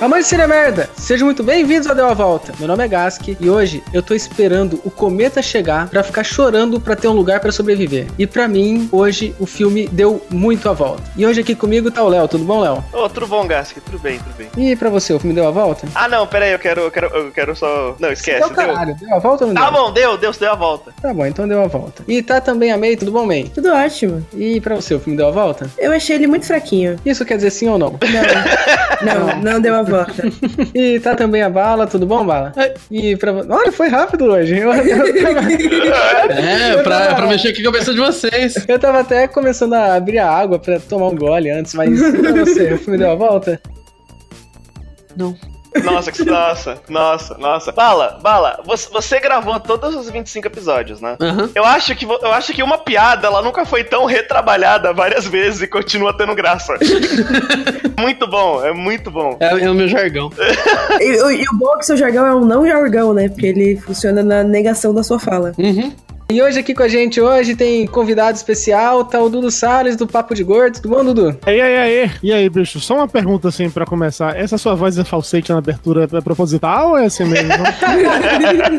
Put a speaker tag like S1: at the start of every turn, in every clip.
S1: Amantes de Cine é Merda, sejam muito bem-vindos ao Deu a Volta. Meu nome é Gaski e hoje eu tô esperando o cometa chegar pra ficar chorando pra ter um lugar pra sobreviver. E pra mim, hoje o filme deu muito a volta. E hoje aqui comigo tá o Léo, tudo bom, Léo?
S2: Ô, tudo bom, Gask? Tudo bem, tudo bem.
S1: E pra você, o filme deu a volta?
S2: Ah, não, pera aí, eu quero, eu quero, eu quero só... Não, esquece,
S1: Deu caralho, deu a volta ou não
S2: Tá
S1: deu?
S2: bom, deu, Deus deu a volta.
S1: Tá bom, então deu a volta. E tá também a May, tudo bom, May?
S3: Tudo ótimo.
S1: E pra você, o filme deu a volta?
S3: Eu achei ele muito fraquinho.
S1: Isso quer dizer sim ou não?
S3: Não, não, não deu a volta.
S1: E tá também a Bala, tudo bom, Bala? E pra... Olha, foi rápido hoje. Eu, eu tava...
S4: É, pra, pra mexer com a cabeça de vocês.
S1: Eu tava até começando a abrir a água pra tomar um gole antes, mas e pra você, o filme deu a volta?
S2: Nossa, que nossa, nossa, nossa. Bala, Bala, você, você gravou todos os 25 episódios, né?
S4: Aham.
S2: Eu acho, que, vo- eu acho que uma piada, ela nunca foi tão retrabalhada várias vezes e continua tendo graça. muito bom, é muito bom.
S4: É, é o meu jargão.
S3: E, e- e o bom é que seu jargão é um não jargão, né? Porque ele funciona na negação da sua fala.
S4: Uhum.
S1: E hoje aqui com a gente, hoje tem convidado especial, tá o Dudu Salles do Papo de Gordo. Tudo bom, Dudu?
S5: Aí, aí, aí. E aí, bicho, só uma pergunta assim pra começar. Essa sua voz é falsete na abertura é proposital ou é assim mesmo?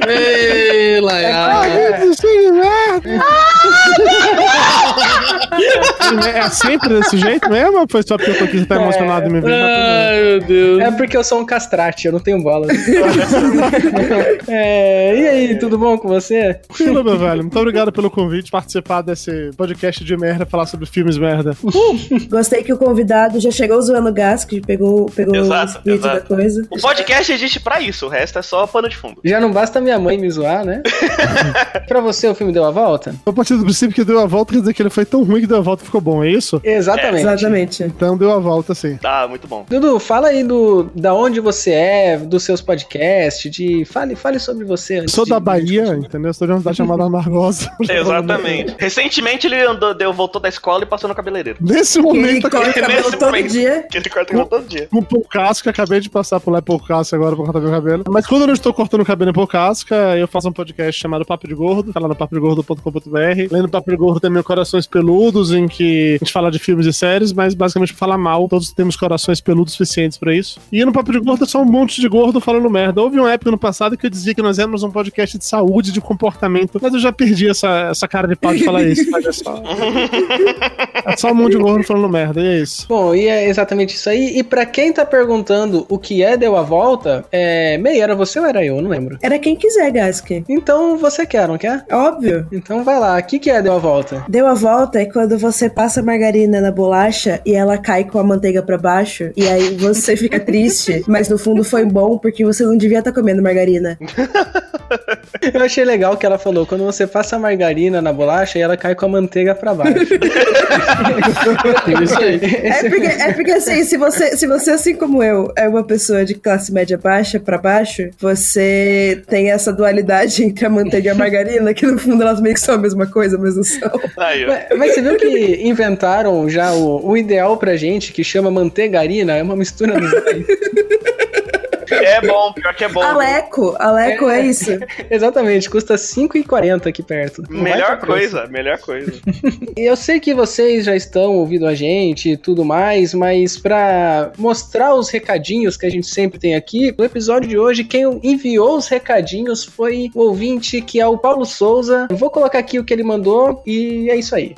S4: Ei,
S6: É.
S4: Laiá.
S5: é sempre desse jeito mesmo? Ou foi só porque eu tô aqui você tá emocionado e me vendo?
S6: É. né?
S4: Ai, meu Deus.
S1: É porque eu sou um castrate, eu não tenho bola. É, e aí, tudo bom com você?
S5: Tranquilo, meu velho. Muito obrigado pelo convite, participar desse podcast de merda, falar sobre filmes merda.
S3: Gostei que o convidado já chegou zoando o gás, que pegou, pegou
S2: Exato,
S3: o espírito
S2: exato.
S3: da coisa.
S2: O podcast existe pra isso, o resto é só pano de fundo.
S1: Já não basta minha mãe me zoar, né? pra você, o filme deu a volta?
S5: Então, a partir do princípio que deu a volta, quer dizer que ele foi tão ruim que deu a volta e ficou bom, é isso?
S1: Exatamente.
S3: É. Exatamente.
S5: Então deu a volta, sim.
S2: Tá, muito bom.
S1: Dudu, fala aí do, da onde você é, dos seus podcasts, de fale, fale sobre você.
S5: Eu
S1: antes
S5: Sou
S1: de-
S5: da Bahia, entendeu? Sou de uma cidade chamada Amargosa.
S2: Exatamente. Recentemente ele andou, deu, voltou da escola e passou no cabeleireiro.
S5: Nesse
S3: Ele
S5: momento,
S3: corta o cabelo
S2: Nesse
S3: todo
S2: momento.
S3: dia.
S2: Que ele corta o cabelo todo dia.
S5: com Pocasca, acabei de passar por lá Pocasca agora pra cortar meu cabelo. Mas quando eu não estou cortando o cabelo em Pocasca, eu faço um podcast chamado Papo de Gordo, tá lá no papodegordo.com.br. Lendo Papo de Gordo tem meu Corações Peludos, em que a gente fala de filmes e séries, mas basicamente pra falar mal. Todos temos corações peludos suficientes pra isso. E no Papo de Gordo é só um monte de gordo falando merda. Houve uma época no passado que eu dizia que nós éramos um podcast de saúde, de comportamento, mas eu já perdi essa, essa cara de pau de falar isso. Mas é, só, é só um monte de gordo falando merda, e é isso.
S1: Bom, e é exatamente isso aí. E pra quem tá perguntando o que é Deu a Volta, é. Meia, era você ou era eu? Não lembro.
S3: Era quem quiser, Gask.
S1: Então você quer, não quer?
S3: Óbvio.
S1: Então vai lá, o que, que é Deu a Volta?
S3: Deu a volta é quando você passa margarina na bolacha e ela cai com a manteiga pra baixo. E aí você fica triste, mas no fundo foi bom porque você não devia estar comendo margarina.
S1: Eu achei legal que ela falou: quando você passa a margarina na bolacha e ela cai com a manteiga pra baixo.
S4: É isso aí.
S3: É porque, é porque assim, se você, se você, assim como eu, é uma pessoa de classe média baixa pra baixo, você tem essa dualidade entre a manteiga e a margarina, que no fundo elas meio que são a mesma coisa, mas não são.
S2: Aí, ó.
S1: Mas, mas você viu que inventaram já o, o ideal pra gente, que chama manteigarina, é uma mistura dos dois.
S2: É bom, pior que é bom.
S3: Aleco, Aleco é,
S1: É.
S3: isso.
S1: Exatamente, custa 5,40 aqui perto. Não vai
S2: Melhor
S1: ter preço.
S2: coisa, melhor coisa.
S1: E Eu sei que vocês já estão ouvindo a gente e tudo mais, mas pra mostrar os recadinhos que a gente sempre tem aqui, no episódio de hoje, quem enviou os recadinhos foi o ouvinte que é o Paulo Souza. Eu vou colocar aqui o que ele mandou e é isso aí.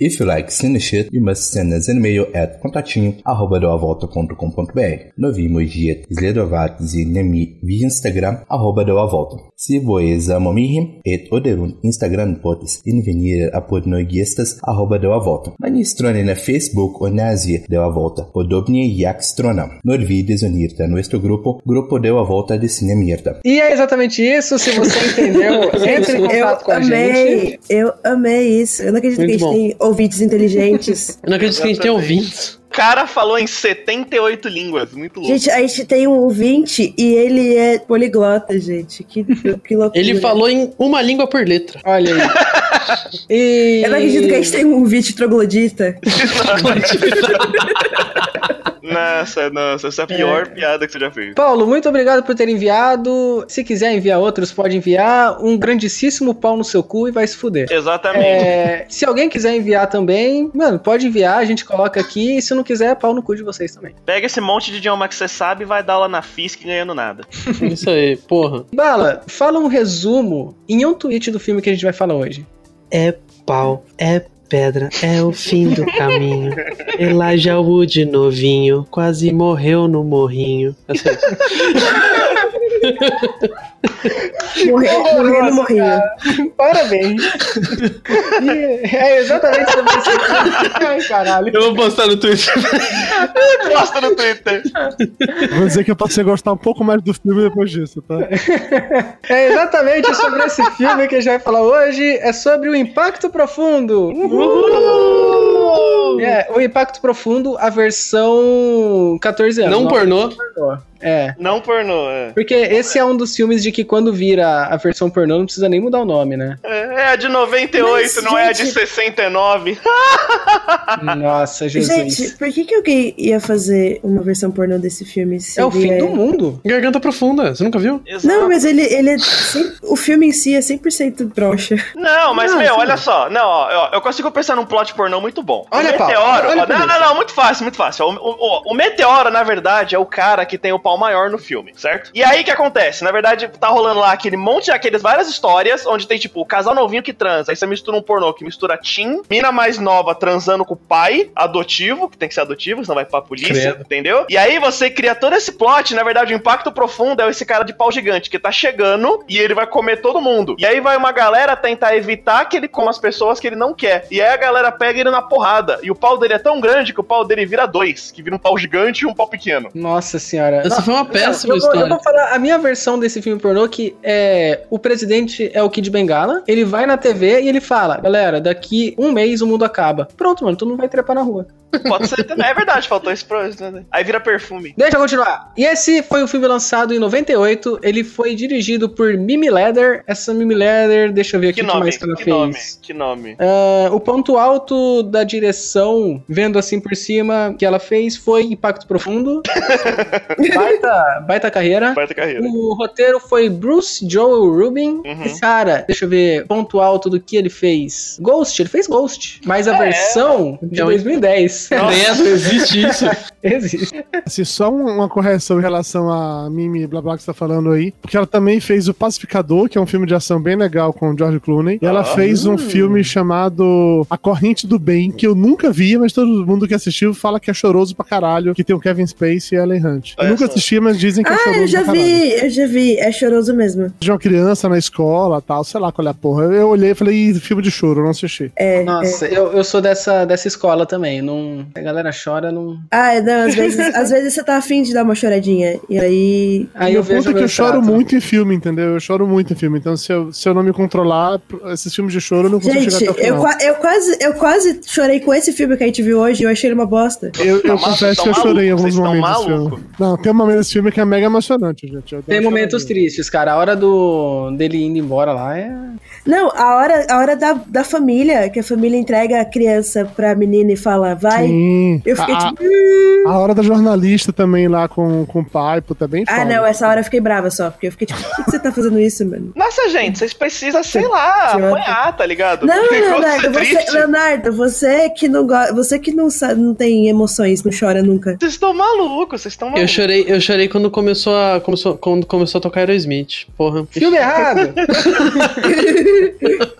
S7: If you like cine shit, you must send us an email at contatinho arroba deoavolta.com.br. Novi moj jet izgledovat z nami via Instagram arroba deoavolta. Si bojes amomihim et oderun é um Instagram potes invenir apod nogestas arroba deoavolta. Mani strone na Facebook o nazije deoavolta, podobnie jak strona. Norvides unirte nuestro grupo, grupo deoavolta de cine mierda.
S1: E é exatamente isso. Se você entendeu, entre em
S3: Eu
S1: contato com a
S3: amei,
S1: gente.
S3: eu amei isso. Eu não acredito
S4: Muito
S3: que a gente
S4: bom.
S3: tem ouvintes inteligentes.
S4: Eu não acredito que a gente tem ouvintes.
S2: O cara falou em 78 línguas, muito louco.
S3: Gente, a gente tem um ouvinte e ele é poliglota, gente. Que, que loucura.
S4: Ele falou em uma língua por letra.
S1: Olha aí. E... é
S3: Eu não acredito que a gente tem um ouvinte troglodita.
S2: Nossa, nossa, essa é a pior piada que você já fez.
S1: Paulo, muito obrigado por ter enviado. Se quiser enviar outros, pode enviar. Um grandíssimo pau no seu cu e vai se fuder.
S2: Exatamente.
S1: É, se alguém quiser enviar também, mano, pode enviar, a gente coloca aqui. E se não quiser, é pau no cu de vocês também.
S3: É.
S2: Pega esse monte de idioma que você sabe e vai dar aula na FISC ganhando nada.
S4: Isso aí, porra.
S1: Bala, fala um resumo em um tweet do filme que a gente vai falar hoje.
S6: É pau, é pedra, é o fim do caminho. Elijah Wood novinho, quase morreu no morrinho. É só isso.
S3: Morrer, morrer no morrinho.
S1: Parabéns. E é exatamente sobre isso. aqui. Ai, caralho.
S4: Eu vou postar no Twitter.
S2: Posta no Twitter.
S5: Vou dizer que eu passei a gostar um pouco mais do filme depois disso, tá?
S1: É exatamente sobre esse filme que a gente vai falar hoje. É sobre o impacto profundo. É, o impacto profundo, a versão 14 anos.
S4: Não pornô.
S1: É.
S2: Não pornô, é.
S1: Porque esse é um dos filmes de que quando vira a versão pornô não precisa nem mudar o nome, né?
S2: É é a de 98,
S3: Mas,
S2: não é a de
S3: gente-
S2: 69.
S1: Nossa, Jesus.
S3: Gente, por que, que alguém ia fazer uma versão pornô desse filme? se
S1: é o fim
S3: ele
S1: do mundo.
S4: Garganta profunda, você nunca viu?
S3: Não, mas ele, ele é. cem- o filme em si é 100% broxa.
S2: Não, mas,
S1: Não,
S2: meu,
S1: sim.
S2: olha só. Não, ó, ó, eu consigo pensar num plot pornô muito bom.
S1: Olha,
S2: o
S1: Paulo,
S2: Meteoro.
S1: olha
S2: ó,
S1: pra
S2: não,
S1: isso.
S2: não, não, muito fácil, muito fácil. O, o- o- o Meteoro, na verdade, é o cara que tem o pau maior no filme, certo? E aí o que acontece? Na verdade, tá rolando lá aquele monte, aqueles várias histórias onde tem, tipo, o casal novinho que transa. Aí você mistura um pornô que mistura Tim, mina mais nova transando com o pai adotivo, que tem que ser adotivo, senão vai pra polícia,
S4: Credo.
S2: entendeu? E aí você cria todo esse plot, na verdade, o impacto profundo é esse cara de pau gigante que tá chegando e ele vai comer todo mundo. E aí vai uma galera tentar evitar que ele coma as pessoas que ele não quer. E aí a galera pega ele na porrada. E o pau dele é tão grande que o pau dele vira dois, que vira um pau gigante e um pau pequeno.
S1: Nossa senhora.
S4: Essa foi uma péssima
S1: eu, vou, eu
S4: história.
S1: vou falar a minha versão desse filme pornô que é o presidente é o Kid Bengala, ele vai na TV e ele fala, galera, daqui um mês o mundo acaba. Pronto, mano, tu não vai trepar na rua.
S2: Pode ser também. É verdade, faltou esse pro... Aí vira perfume.
S1: Deixa eu continuar. E esse foi o filme lançado em 98, ele foi dirigido por Mimi Leather. Essa Mimi Leather, deixa eu ver aqui
S2: Que
S1: o que
S2: nome,
S1: mais que ela
S2: que
S1: fez.
S2: nome, que nome.
S1: Ah, o ponto alto da direção, vendo assim por cima, que ela fez foi Impacto Profundo. baita, baita carreira.
S2: Vai ter carreira.
S1: O roteiro foi Bruce Joel Rubin.
S2: Uhum.
S1: Esse cara, deixa eu ver, ponto alto do que ele fez. Ghost, ele fez Ghost. Mas a versão de
S5: Então,
S4: Não.
S1: 2010
S5: tá
S4: Credo, existe isso.
S1: existe.
S5: Assim, só um- uma correção em relação a Mimi Blá Blá que você tá falando aí. Porque ela também fez O Pacificador, que é um filme de ação bem legal com o George Clooney. E ela
S2: Ah.
S5: fez um filme chamado A Corrente do Bem, que eu nunca vi, mas todo mundo que assistiu fala que é choroso pra caralho, que tem o Kevin Spacey e a Ellen Hunt. Eu
S2: Olha
S5: nunca
S2: só.
S5: assisti, mas dizem que é
S3: Ah,
S5: choroso
S3: eu já
S5: pra caralho.
S3: vi, eu já vi. É choroso mesmo.
S5: De uma criança na escola tal, sei lá qual é a porra. Eu olhei e falei, Ih, filme de choro, eu não assisti.
S3: É.
S1: Nossa, eu, eu sou dessa, dessa escola também. Não, a galera chora, não.
S3: Ah, não, às vezes, às vezes você tá afim de dar uma choradinha. E aí.
S1: Aí
S5: Meu
S1: eu vejo.
S5: ponto é que
S1: meu
S5: eu choro
S1: trato.
S5: muito em filme, entendeu? Eu choro muito em filme. Então, se eu, se eu não me controlar, esses filmes de choro eu não consigo
S3: Gente,
S5: chegar até o
S3: eu,
S5: final.
S3: qua- eu, quase, eu quase chorei com esse filme que a gente viu hoje e eu achei ele uma bosta.
S5: Eu, eu
S2: Tá maluco,
S5: confesso que eu
S2: tá
S5: chorei em
S2: maluco, vocês
S5: alguns
S2: tão
S5: momentos desse
S2: maluco.
S5: filme. Não, tem um momento desse filme que é mega emocionante, gente. Eu dou
S1: Tem
S5: uma
S1: momentos
S5: choradinha.
S1: tristes, cara. A hora do dele indo embora lá é.
S3: Não, a hora, a hora da, da família, que a família entrega a criança pra menina e fala, vai.
S5: Sim. Ah,
S3: Eu fiquei
S5: a,
S3: tipo.
S5: a- a hora da jornalista também lá com, com o pai, puta, é bem
S3: Ah,
S5: foda.
S3: não, essa hora eu fiquei brava só, porque eu fiquei tipo, por que que você tá fazendo isso, mano?
S2: Nossa, gente, vocês precisam, sei lá,
S3: Idiota.
S2: apanhar, tá ligado?
S3: Não,
S2: Porque quando
S3: Leonardo,
S2: você é
S3: você,
S2: triste,
S3: Leonardo, você que não gosta, você que não sabe, não tem emoções, não chora nunca.
S2: Vocês estão malucos, vocês estão
S4: Eu
S2: malucos.
S4: chorei, eu chorei quando começou a. Começou, quando começou a tocar Aerosmith. Porra.
S1: Filme errado!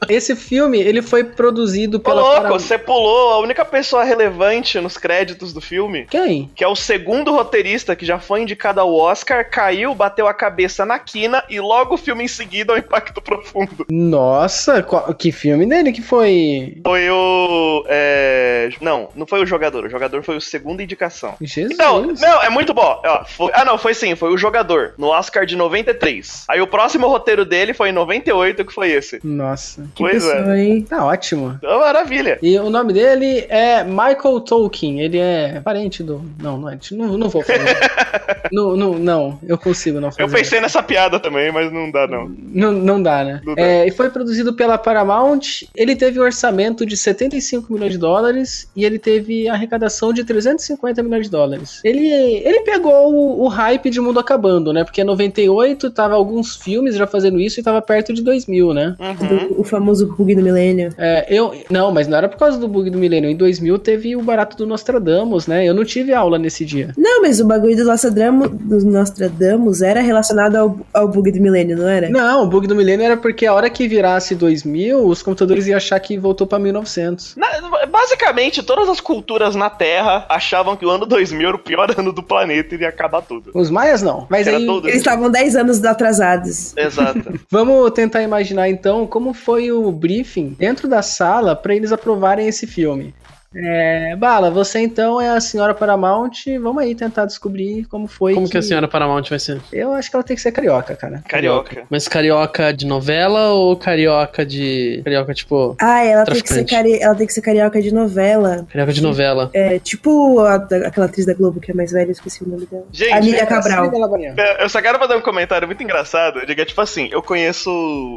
S1: Esse filme, ele foi produzido
S2: Ô
S1: pela.
S2: louco,
S1: Paramount-
S2: você pulou a única pessoa relevante nos créditos do filme,
S1: Quem?
S2: que é o segundo roteirista que já foi indicado ao Oscar, caiu, bateu a cabeça na quina e logo o filme em seguida é o Impacto Profundo.
S1: Nossa, qual- que filme dele que foi?
S2: Foi o. é, Não, não foi o jogador, o jogador foi o segundo indicação.
S1: Jesus.
S2: Não, não, é muito bom. Ó, foi- ah, não, foi sim, foi o jogador, no Oscar de 93. Aí o próximo roteiro dele foi em 98, que foi esse.
S1: Nossa,
S3: Que
S2: pois é.
S3: pessoa, hein?
S1: tá ótimo.
S2: Então, maravilha.
S1: E o nome dele é Michael Tolkien, ele é parente do. Não, não é. Não, não vou falar. não, não, não, eu consigo não fazer.
S2: Eu pensei nessa piada também, mas não dá, não.
S1: Não, não dá, né?
S2: Não dá.
S1: É, e foi produzido pela Paramount. Ele teve um orçamento de 75 milhões de dólares e ele teve arrecadação de 350 milhões de dólares. Ele, ele pegou o, o hype de mundo acabando, né? Porque em 98 tava alguns filmes já fazendo isso e tava perto de 2000, né?
S2: Uhum.
S3: O famoso bug do milênio.
S1: É, eu, não, mas não era por causa do bug do milênio. Em 2000 teve o barato do Nostradamus, né? Eu não tive aula nesse dia.
S3: Não, mas o bagulho do Nostradamus, do Nostradamus era relacionado ao, ao bug do milênio, não era?
S1: Não, o bug do milênio era porque a hora que virasse 2000, os computadores iam achar que voltou pra 1900.
S2: Na- basicamente, todas as culturas na Terra achavam que o ano 2000 era o pior ano do planeta e ia acabar tudo.
S1: Os maias não. Mas
S2: Era
S1: aí,
S2: todo.
S3: Eles estavam 10 anos atrasados.
S2: Exato.
S1: vamos tentar imaginar então como foi o briefing dentro da sala pra eles aprovarem esse filme. É, Bala, você então é a senhora Paramount, vamos aí tentar descobrir como foi
S6: Como que é a senhora Paramount vai ser?
S1: Eu acho que ela tem que ser carioca, cara.
S2: Carioca.
S6: Mas carioca de novela ou carioca de. Carioca, tipo.
S3: Ah, ela tem, que ser
S6: Traficante.
S3: cari- ela tem que ser carioca de novela.
S6: Carioca de novela.
S3: É tipo a- da- aquela atriz da Globo que é mais velha, eu esqueci o nome dela.
S2: Gente,
S3: A Lília Cabral.
S1: Cília Labanian.
S2: É, Eu só quero fazer um comentário muito engraçado. Eu digo, é tipo assim, eu conheço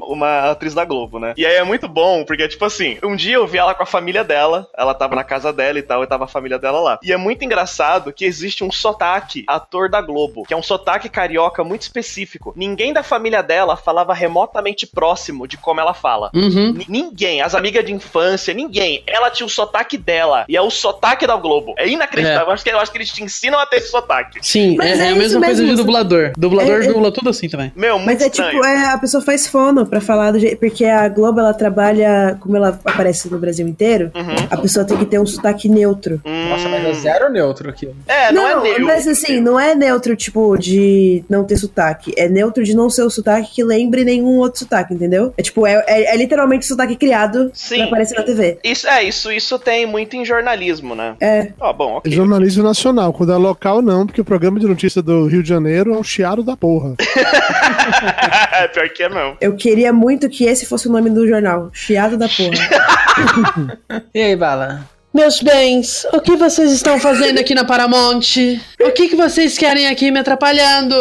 S2: uma atriz da Globo, né? E aí é muito bom, porque é tipo assim, um dia eu vi ela com a família dela, ela tava na casa dela e tal, e tava a família dela lá. E é muito engraçado que existe um sotaque ator da Globo, que é um sotaque carioca muito específico. Ninguém da família dela falava remotamente próximo de como ela fala.
S6: Uhum.
S2: Ni- Ninguém, as amigas de infância, ninguém. Ela tinha o sotaque dela. E é o sotaque da Globo. É inacreditável. Eu, acho que, eu acho que eles te ensinam a ter esse sotaque.
S6: Sim, é,
S3: Mas é
S6: é a
S3: isso
S6: mesma coisa
S3: mesmo.
S6: de dublador. Dublador
S3: É- é-
S6: dubla tudo assim também.
S2: Meu, muito
S3: Mas é
S2: estranho.
S3: tipo, é, a pessoa faz fono pra falar do jeito. Porque a Globo ela trabalha, como ela aparece no Brasil inteiro,
S2: Uhum.
S3: a pessoa tem que ter um sotaque neutro.
S1: Nossa, mas é
S2: Hum.
S1: zero neutro aqui.
S2: É, não, é neutro.
S3: mas assim, não é neutro, tipo, de não ter sotaque. É neutro de não ser o sotaque que lembre nenhum outro sotaque, entendeu? É tipo, é, é, é literalmente sotaque criado
S2: Sim.
S3: pra aparecer na TV.
S2: Isso, é, isso, isso tem muito em jornalismo, né?
S3: É.
S2: Ó, bom, ok.
S5: Jornalismo nacional, quando é local não, porque o programa de notícia do Rio de Janeiro é um chiado da porra.
S2: Pior que é não.
S3: Eu queria muito que esse fosse o nome do jornal. Chiado da porra.
S1: E aí, Bala?
S6: Meus bens, o que vocês estão fazendo aqui na Paramount? O que, que vocês querem aqui me atrapalhando?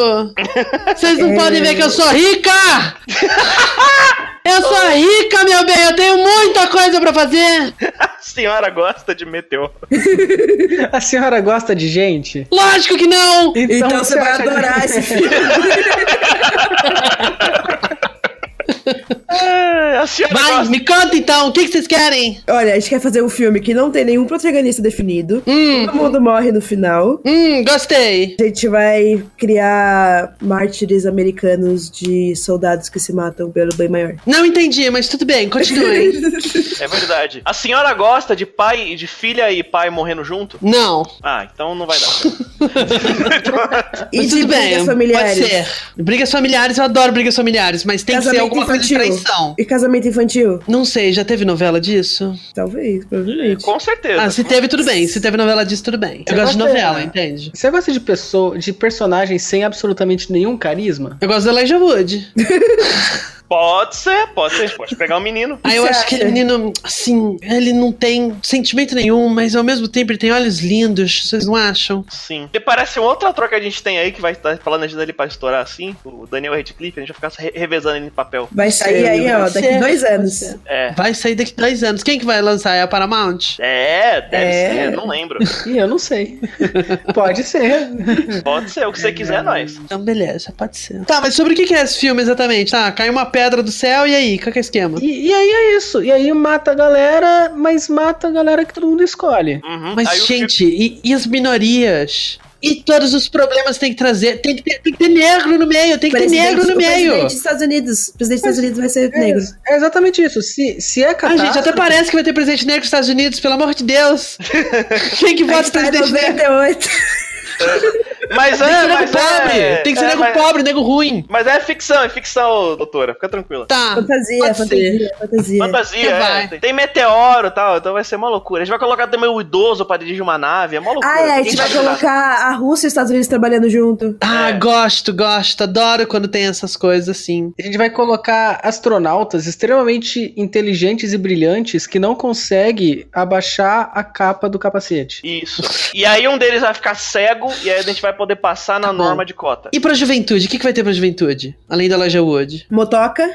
S6: Vocês não
S3: É,
S6: podem ver que eu sou rica! Eu sou rica, meu bem, eu tenho muita coisa pra fazer!
S2: A senhora gosta de meteoro.
S1: A senhora gosta de gente?
S6: Lógico que não!
S3: Então,
S6: um
S3: você vai
S1: acha que-
S3: adorar esse filme.
S2: É, a senhora
S6: Vai,
S2: gosta.
S6: me conta então, o que, que vocês querem?
S3: Olha, a gente quer fazer um filme que não tem nenhum protagonista definido.
S6: Hum,
S3: Todo mundo morre no final.
S6: hum, gostei!
S3: A gente vai criar mártires americanos de soldados que se matam pelo bem maior.
S6: Não entendi, mas tudo bem, continue.
S2: É verdade. A senhora gosta de pai e de filha e pai morrendo junto?
S6: Não,
S2: Ah, então não vai dar. certo.
S3: E
S6: mas
S3: de
S6: tudo bem,
S3: brigas familiares.
S6: pode ser. Brigas familiares, eu adoro brigas familiares, mas tem que ser
S3: Casamento
S6: alguma coisa de
S3: infantil.
S6: traição.
S3: E casamento infantil?
S6: Não sei, já teve novela disso?
S3: Talvez, provavelmente.
S2: Com certeza.
S6: Ah, se teve, tudo bem. Se teve novela disso, tudo bem. Eu gosto de
S1: gosto
S6: novela,
S1: dela.
S6: entende?
S1: Você gosta de pessoa, de personagem sem absolutamente nenhum carisma?
S6: Eu gosto da Elijah Wood.
S2: Pode ser, pode ser. Pode pegar um menino.
S6: Aí eu
S3: você
S6: acho que
S3: acha?
S6: aquele menino, assim, ele não tem sentimento nenhum, mas ao mesmo tempo ele tem olhos lindos, vocês não acham?
S2: Sim. E parece um outro ator que a gente tem aí que vai estar falando a gente dele pra estourar assim. O Daniel Radcliffe, a gente vai ficar re- revezando ele em papel.
S3: Vai sair aí, ó,
S6: Pode
S3: daqui
S6: ser,
S3: dois
S6: pode
S3: anos.
S6: ser.
S2: É.
S6: Vai sair daqui dois anos. Quem que vai lançar? É a Paramount?
S2: É, deve
S3: É.
S2: ser, não lembro.
S1: E eu não sei. Pode ser.
S2: Pode ser, o que você quiser, é nós.
S6: Então, beleza, pode ser. Tá, mas sobre o que que é esse filme exatamente? Tá, cai uma pedra do céu e aí? Qual que é o esquema?
S1: E, e aí é isso. E aí mata a galera, mas mata a galera que todo mundo escolhe.
S2: Uhum.
S6: Mas,
S2: Aí o filme-
S6: gente, e, e as minorias? E todos os problemas tem que trazer. Tem que ter, tem que ter negro no meio, tem que ter
S3: Presidente-
S6: negro no
S3: o
S6: meio.
S3: Presidente dos Estados Unidos. O presidente dos Estados Unidos vai ser
S1: É,
S3: negro.
S1: isso. É exatamente isso. Se, se é
S3: tá
S6: Ah,
S1: catástrofe...
S6: gente, até parece que vai ter presidente negro nos Estados Unidos, pelo amor de Deus. Quem que
S3: A
S6: vota em
S3: gente tá em
S6: presidente negro?
S3: 98.
S2: Mas é,
S6: Tem que ser nego
S2: mas
S6: pobre!
S2: é,
S6: Tem que ser
S2: é,
S6: nego
S2: mas-
S6: pobre, nego ruim!
S2: Mas é ficção, é ficção, doutora. Fica tranquila.
S6: Tá.
S3: Fantasia,
S6: Pode
S3: fantasia, fantasia.
S2: Fantasia,
S6: Você
S2: é.
S6: vai.
S2: Tem, tem meteoro e tal, então vai ser uma loucura. A gente vai colocar também o idoso pra dirigir uma nave, é uma loucura.
S3: Ah, é, a
S2: Ninguém
S3: gente vai
S2: ajudar.
S3: colocar a Rússia e os Estados Unidos trabalhando junto.
S6: Ah,
S2: É.
S6: gosto, gosto. Adoro quando tem essas coisas assim.
S1: A gente vai colocar astronautas extremamente inteligentes e brilhantes que não conseguem abaixar a capa do capacete.
S2: Isso. E aí um deles vai ficar cego e aí a gente vai poder passar na
S6: Tá bom.
S2: norma de cota.
S6: E pra juventude, o que, que vai ter pra juventude? Além da loja Wood.
S3: Motoca,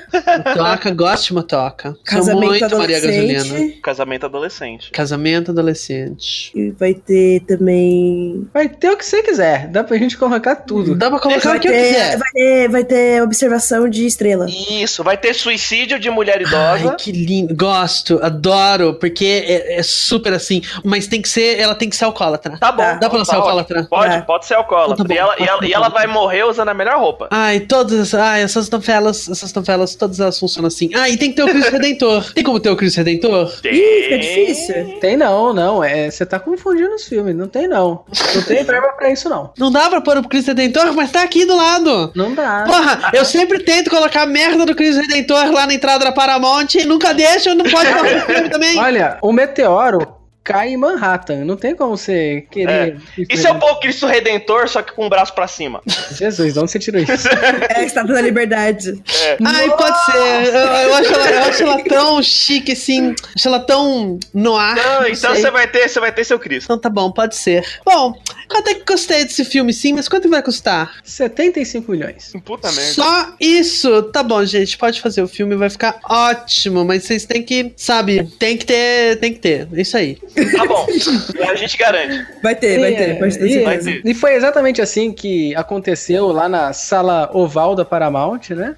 S6: Motoca, gosto de motoca. Sou
S3: casamento
S6: muito Maria Gasolina.
S3: adolescente.
S2: Casamento adolescente.
S6: Casamento adolescente.
S3: E vai ter também.
S1: Vai ter o que você quiser, dá pra gente colocar tudo.
S6: Dá pra colocar
S3: Vai
S6: o É que eu quiser.
S3: ter, vai, ter, vai ter observação de estrela.
S2: Isso, vai ter suicídio de mulher idosa.
S6: Ai, que lindo. Gosto, adoro, porque é, é super assim. Mas tem que ser, ela tem que ser alcoólatra.
S2: Tá bom.
S3: Tá.
S6: Dá pra ela ser
S2: tá ótimo.
S6: alcoólatra?
S2: Pode,
S3: É.
S2: pode ser alcoólatra.
S6: Então tá bom.
S2: e, ela, e, ela, e ela vai morrer usando a melhor roupa.
S6: Ai, todas essas, ai, essas novelas, essas novelas, todas elas funcionam assim. Ah, e tem que ter o Cristo Redentor. Tem como ter o Cristo Redentor?
S3: Ih, fica difícil.
S1: Tem não, não. É, você tá confundindo os filmes. Não tem não. Não tem verba pra isso não.
S6: Não dá pra pôr o Cristo Redentor, mas tá aqui do lado.
S1: Não dá.
S6: Porra, eu sempre tento colocar a merda do Cristo Redentor lá na entrada da Paramount e nunca deixa, não pode dar pro filme também.
S1: Olha, o meteoro cai em Manhattan. Não tem como você querer.
S2: E se eu pôr É, o um Cristo Redentor, só que com o braço pra cima?
S1: Jesus, de onde você tirou isso?
S3: É a estátua da liberdade.
S6: Ai, pode ser. Eu, eu acho ela, eu acho ela tão chique, assim. Acho ela tão no ar.
S2: Não, então
S6: Ah, sei.
S2: você vai ter, você vai ter seu Cristo.
S6: Então tá bom, pode ser. Bom, eu até que gostei desse filme, sim, mas quanto vai custar?
S1: 75 milhões.
S2: Puta merda.
S6: Só isso. Tá bom, gente, pode fazer o filme, vai ficar ótimo, mas vocês têm que, sabe, tem que ter, tem que ter. É Isso aí.
S2: Tá bom. A gente garante.
S3: Vai ter, vai ter, pode ter
S1: E-
S2: Vai
S3: certeza.
S2: ter.
S1: E foi exatamente assim que aconteceu lá na sala oval da Paramount, né?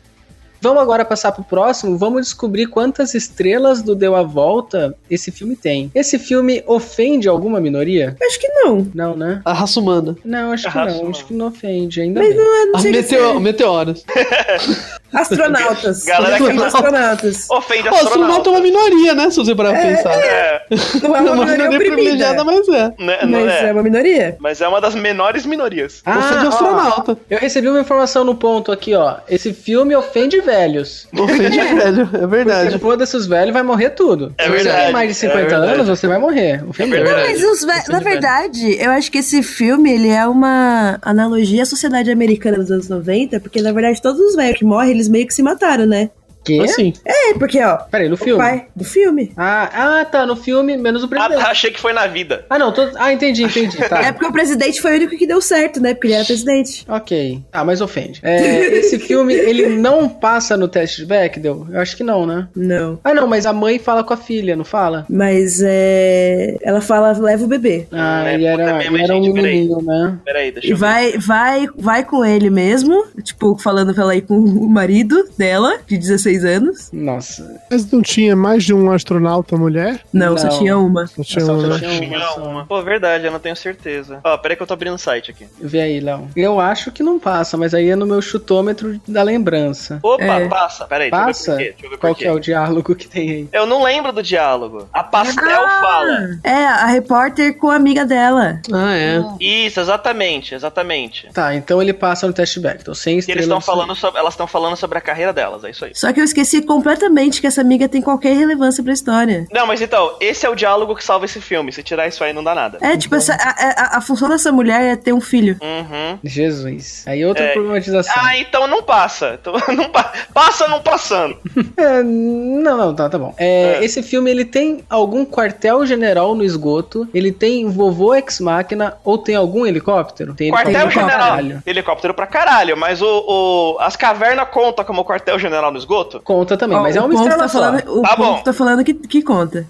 S1: Vamos agora passar pro próximo, vamos descobrir quantas estrelas do Deu a Volta esse filme tem. Esse filme ofende alguma minoria?
S3: Acho que não.
S1: Não, né?
S6: A raça humana.
S1: Não, acho que
S2: Arrasou,
S1: não.
S2: mano.
S1: Acho que não ofende, ainda
S3: Mas
S1: bem.
S3: Eu não
S6: A
S3: sei o que
S6: meteor, meteoros.
S3: ser. Astronautas.
S2: Galera que-
S3: astronautas.
S2: Ofende
S6: Pô, astronauta é uma
S2: astronauta.
S6: minoria, né? Se você parar pra pensar.
S2: É,
S3: Não é
S6: É
S3: uma
S6: uma
S3: minoria
S6: minoria privilegiada,
S3: oprimida.
S6: mas é.
S2: né, não
S3: Mas é
S2: é.
S3: uma minoria.
S2: Mas é uma das menores minorias.
S1: Ah,
S6: Ofende
S1: ó,
S6: é astronauta.
S1: eu recebi uma informação no ponto aqui, ó. Esse filme ofende velhos.
S6: Ofende velho, é verdade.
S1: Se foda-se os velhos, vai morrer tudo.
S2: É
S1: Se você
S2: verdade,
S1: tem mais de
S2: é
S1: 50
S2: verdade.
S1: anos, você vai morrer. Ofendeu.
S2: É verdade.
S3: Mas os ve- na verdade, eu acho que esse filme ele é uma analogia à sociedade americana dos anos 90, porque na verdade todos os velhos que morrem, eles meio que se mataram, né?
S1: Quê?
S6: Assim.
S3: É, porque ó,
S1: Peraí, no
S3: o
S1: filme?
S3: pai do filme.
S1: Ah, ah, tá, no filme, menos o
S2: Ah,
S1: presidente.
S2: tá,
S1: Ah,
S2: achei que foi na vida.
S1: não, tô... ah, entendi, entendi,
S3: É
S1: tá.
S3: porque o presidente foi o único que deu certo, né? Porque ele era presidente.
S1: Ok. Ah, mas ofende. É, esse filme, ele não passa no teste de Bechdel? Eu acho que não, né?
S3: Não.
S1: Ah, não, mas a mãe fala com a filha, não fala?
S3: Mas é. Ela fala, leva o bebê.
S1: Ah,
S2: É,
S1: ele
S2: puta
S1: era,
S2: mesmo,
S1: ele era
S2: gente,
S1: um
S2: peraí.
S1: menino, né?
S2: Pera aí, deixa
S3: E
S2: eu ver.
S3: vai, vai, vai com ele mesmo. Tipo, falando pra ela ir com o marido dela, de 16 anos.
S1: Nossa.
S5: Mas não tinha mais de um astronauta mulher?
S3: Não, só
S1: Não.
S3: tinha uma.
S5: Não tinha
S1: Só
S5: um, né?
S1: tinha uma
S2: Tinha
S1: só.
S2: uma. Pô, verdade, eu não tenho certeza. Ó, peraí que eu tô abrindo o site aqui.
S1: Vê aí, Léo. Eu acho que não passa, mas aí é no meu chutômetro da lembrança.
S2: Opa,
S3: É.
S2: passa. Peraí,
S1: Passa?
S2: deixa eu ver por quê. Deixa eu ver por
S1: Qual
S2: quê.
S1: que é o diálogo que tem aí?
S2: Eu não lembro do diálogo. A
S3: Ah!
S2: Pastel fala.
S3: É, a repórter com a amiga dela.
S6: Ah, é.
S2: Isso, exatamente, exatamente.
S1: Tá, então ele passa no teste Bechdel, sem
S2: Que
S1: estrelas.
S2: eles estão falando sobre, elas estão falando sobre a carreira delas, é isso aí.
S3: Só que eu esqueci completamente que essa amiga tem qualquer relevância pra história.
S2: Não, mas então, esse é o diálogo que salva esse filme. Se tirar isso aí, não dá nada.
S3: É, tipo, essa, a, a- a função dessa mulher é ter um filho.
S2: Uhum.
S1: Jesus. Aí outra
S2: É.
S1: problematização.
S2: Ah, então não passa. Então, não pa- passa não passando.
S1: É, não, não, tá, tá bom. É,
S2: É.
S1: Esse filme ele tem algum quartel-general no esgoto? Ele tem vovô ex-máquina ou tem algum helicóptero? Tem
S2: Quartel
S1: helicóptero pra
S2: general.
S1: caralho.
S2: Helicóptero pra caralho, mas o, o- as cavernas contam como quartel general no esgoto?
S1: Conta também, mas
S3: Ó,
S1: é
S3: o
S1: uma
S3: ponto
S1: estrela
S3: tá
S1: só.
S3: falando, O
S2: Tá
S3: ponto
S2: bom.
S3: tá falando que, que conta.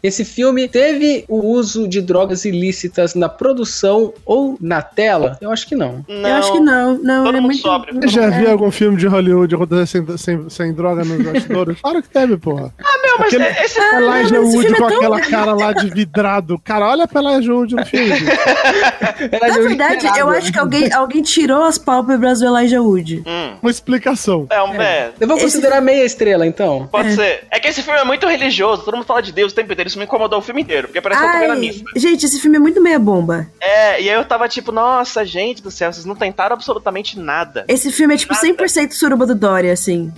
S1: Esse filme teve o uso de drogas ilícitas na produção ou na tela? Eu acho que não.
S2: Não.
S3: Eu acho que não. Não,
S2: Todo
S3: ele é
S2: mundo
S3: muito.
S2: sóbrio.
S5: Eu já vi algum filme de Hollywood acontecer sem, sem, sem droga nos bastidores? Claro que teve, porra.
S2: Não, mas
S5: Aquele-
S2: é- esse
S5: A Elijah
S3: Ah, não, mas esse
S5: Wood
S3: filme
S5: com
S3: é tão-
S5: aquela cara lá de vidrado. Cara, olha pra Elijah Wood no filme.
S1: Era
S3: Na
S1: de um
S3: verdade, eu
S1: esperado.
S3: acho que alguém, alguém tirou as pálpebras do Elijah Wood.
S2: Hum,
S5: Uma explicação.
S2: é um. É.
S1: Eu vou considerar meia estrela, então.
S2: Pode ser. É que esse filme é muito religioso, é todo mundo fala de Deus o tempo inteiro. Isso me incomodou o filme inteiro, porque parece que eu tô vendo a missa.
S3: gente, esse filme é muito meia bomba.
S2: É, e aí eu tava tipo, nossa, gente do céu, vocês não tentaram absolutamente nada.
S3: Esse filme é tipo
S2: Nada.
S3: 100% suruba do Dória, assim.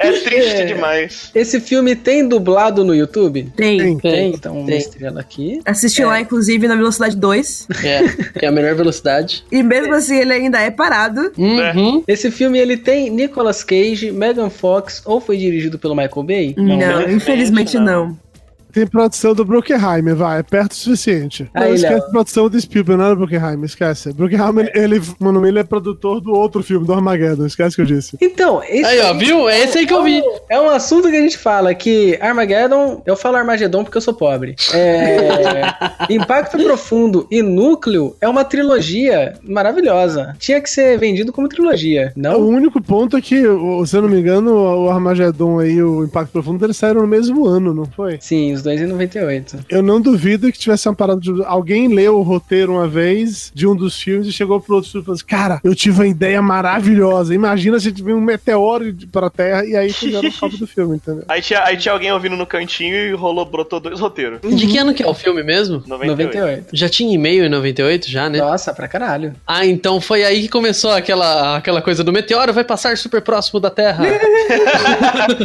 S2: É triste
S1: É.
S2: demais.
S1: Esse filme tem dublado no YouTube?
S3: Tem.
S1: Tem, então uma
S6: tem.
S1: estrela aqui.
S3: Assisti lá, inclusive, na velocidade 2.
S6: É, que é a melhor velocidade.
S3: E mesmo assim, ele ainda é parado.
S6: Uhum.
S1: Esse filme ele tem Nicolas Cage, Megan Fox ou foi dirigido pelo Michael Bay? né?
S3: Não,
S2: infelizmente
S3: infelizmente não.
S5: Tem produção do Bruckheimer, vai, é perto o suficiente.
S1: Aí,
S5: não, esquece
S1: Léo.
S5: produção do Spielberg, não era Bruckheimer, esquece. Bruckheimer, ele, mano, ele é produtor do outro filme, do Armageddon, esquece que eu disse.
S1: Então, esse
S6: Aí, ó, viu? É esse aí que eu vi.
S1: É um assunto que a gente fala que Armageddon, eu falo Armageddon porque eu sou pobre. É, Impacto Profundo e Núcleo é uma trilogia maravilhosa. Tinha que ser vendido como trilogia,
S5: O
S1: não?
S5: único ponto é que, o- se eu não me engano, o Armageddon aí, o Impacto Profundo, eles saíram no mesmo ano, não foi?
S1: Sim, os dois em 98.
S5: Eu não duvido que tivesse uma parada de. Alguém leu o roteiro uma vez de um dos filmes e chegou pro outro filme e falou assim: Cara, eu tive uma ideia maravilhosa. Imagina se tiver um meteoro de- pra Terra e aí fizeram o cabo do filme, entendeu?
S2: Aí tinha, aí tinha alguém ouvindo no cantinho e rolou, brotou dois roteiros.
S6: De que ano que é o filme mesmo?
S2: 98.
S1: 98.
S6: Já tinha e-mail em 98 já, né?
S1: Nossa, pra caralho.
S6: Ah, então foi aí que começou aquela, aquela coisa do meteoro vai passar super próximo da Terra.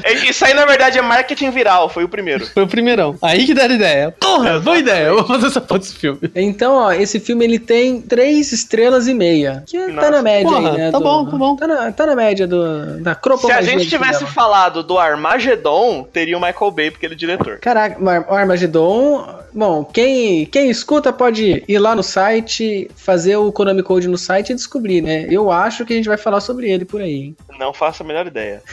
S2: É, Isso aí, na verdade, é marketing viral, foi o primeiro.
S6: Foi o primeirão. Aí que deram ideia. Porra, boa ideia. Eu vou fazer essa foto desse filme.
S1: Então, ó, esse filme ele tem três estrelas e meia. Que tá
S2: Nossa.
S1: na média
S6: Porra,
S1: aí, né?
S6: tá
S1: do-
S6: bom, tá bom.
S1: Tá na, tá na média do, da
S2: Se a
S1: cropomagia
S2: gente
S1: do
S2: tivesse
S1: cinema.
S2: falado do Armagedon, teria o Michael Bay, porque ele é diretor.
S1: Caraca, Mar- o Armagedon. Bom, quem, quem escuta pode ir lá no site, fazer o Konami Code no site e descobrir, né? Eu acho que a gente vai falar sobre ele por aí. hein?
S2: Não faço a melhor ideia.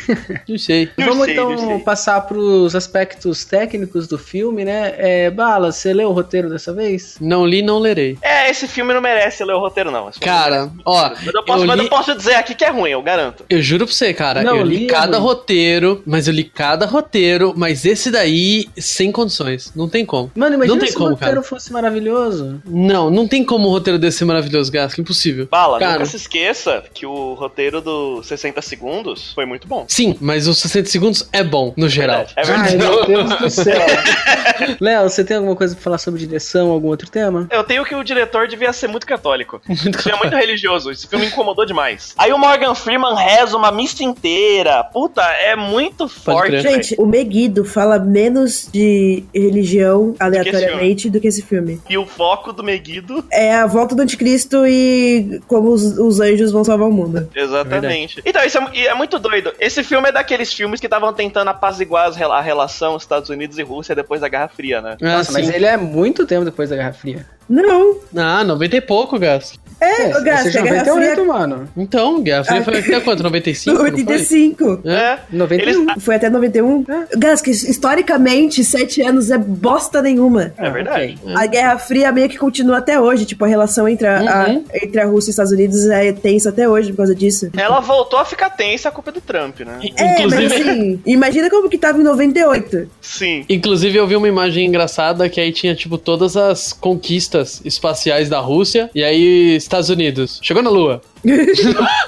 S6: Não sei.
S2: Eu
S1: Vamos
S2: sei, eu
S1: então
S2: sei.
S1: passar pros aspectos técnicos do filme, né? É, Bala, você leu o roteiro dessa vez?
S6: Não li, não lerei.
S2: É, esse filme não merece ler o roteiro, não. Esse filme
S6: Cara, ó,
S2: Mas eu, posso,
S6: eu,
S2: mas
S6: li,
S2: eu posso dizer aqui que é ruim, eu garanto.
S6: eu juro pra você, cara,
S1: Não,
S6: eu li,
S1: li é
S6: cada
S1: ruim.
S6: roteiro, mas eu li cada roteiro, mas esse daí, sem condições. Não tem como.
S1: Mano, imagina
S6: Não tem
S1: se o
S6: como,
S1: roteiro
S6: cara.
S1: fosse maravilhoso.
S6: Não, não tem como o roteiro desse ser maravilhoso, Gasco. Impossível.
S2: Bala,
S6: Cara.
S2: nunca se esqueça que o roteiro do 60 segundos foi muito bom.
S6: Sim, mas os 60 segundos é bom, no geral.
S2: É
S3: Ah,
S2: verdade.
S1: meu Deus do céu. Léo, você tem alguma coisa pra falar sobre direção, algum outro tema?
S2: Eu tenho que o diretor devia ser muito católico.
S6: Muito
S2: Ele é muito religioso. Esse filme incomodou demais. Aí o Morgan Freeman reza uma missa inteira. Puta, é muito forte.
S6: crer.
S2: velho.
S3: Gente, o Meguido fala menos de religião aleatoriamente do que esse filme.
S2: E o foco do Meguido.
S3: É a volta do anticristo e como os, os anjos vão salvar o mundo.
S2: Exatamente. então, isso é, mu- e é muito doido. Esse filme é daqueles filmes que estavam tentando apaziguar as rela- a relação Estados Unidos e Rússia depois da Guerra Fria, né?
S6: Ah,
S1: Nossa, mas
S6: sim.
S1: ele é muito tempo depois da Guerra Fria.
S3: Não.
S6: ah, 90 e pouco, Gasco.
S3: É, o Gás,
S1: seja,
S3: a Guerra
S1: 98,
S3: Fria
S1: mano.
S6: Então, Guerra Fria
S3: Ah.
S6: foi até quanto? 95? não foi?
S3: 85.
S6: É.
S2: É.
S1: 91.
S2: Eles-
S3: Foi até 91? Gás, que historicamente, sete anos é bosta nenhuma.
S6: Ah,
S2: É verdade.
S1: ok.
S3: A Guerra Fria meio que continua até hoje. Tipo, a relação entre a, a-
S6: Uhum.
S3: entre a Rússia e os Estados Unidos é tensa até hoje por causa disso.
S2: Ela voltou a ficar tensa a culpa do Trump, né?
S3: É,
S6: Inclusive,
S3: mas assim, imagina como que tava em 98.
S2: Sim.
S6: Inclusive, eu vi uma imagem engraçada que aí tinha, tipo, todas as conquistas espaciais da Rússia e aí Estados Unidos. Chegou na Lua.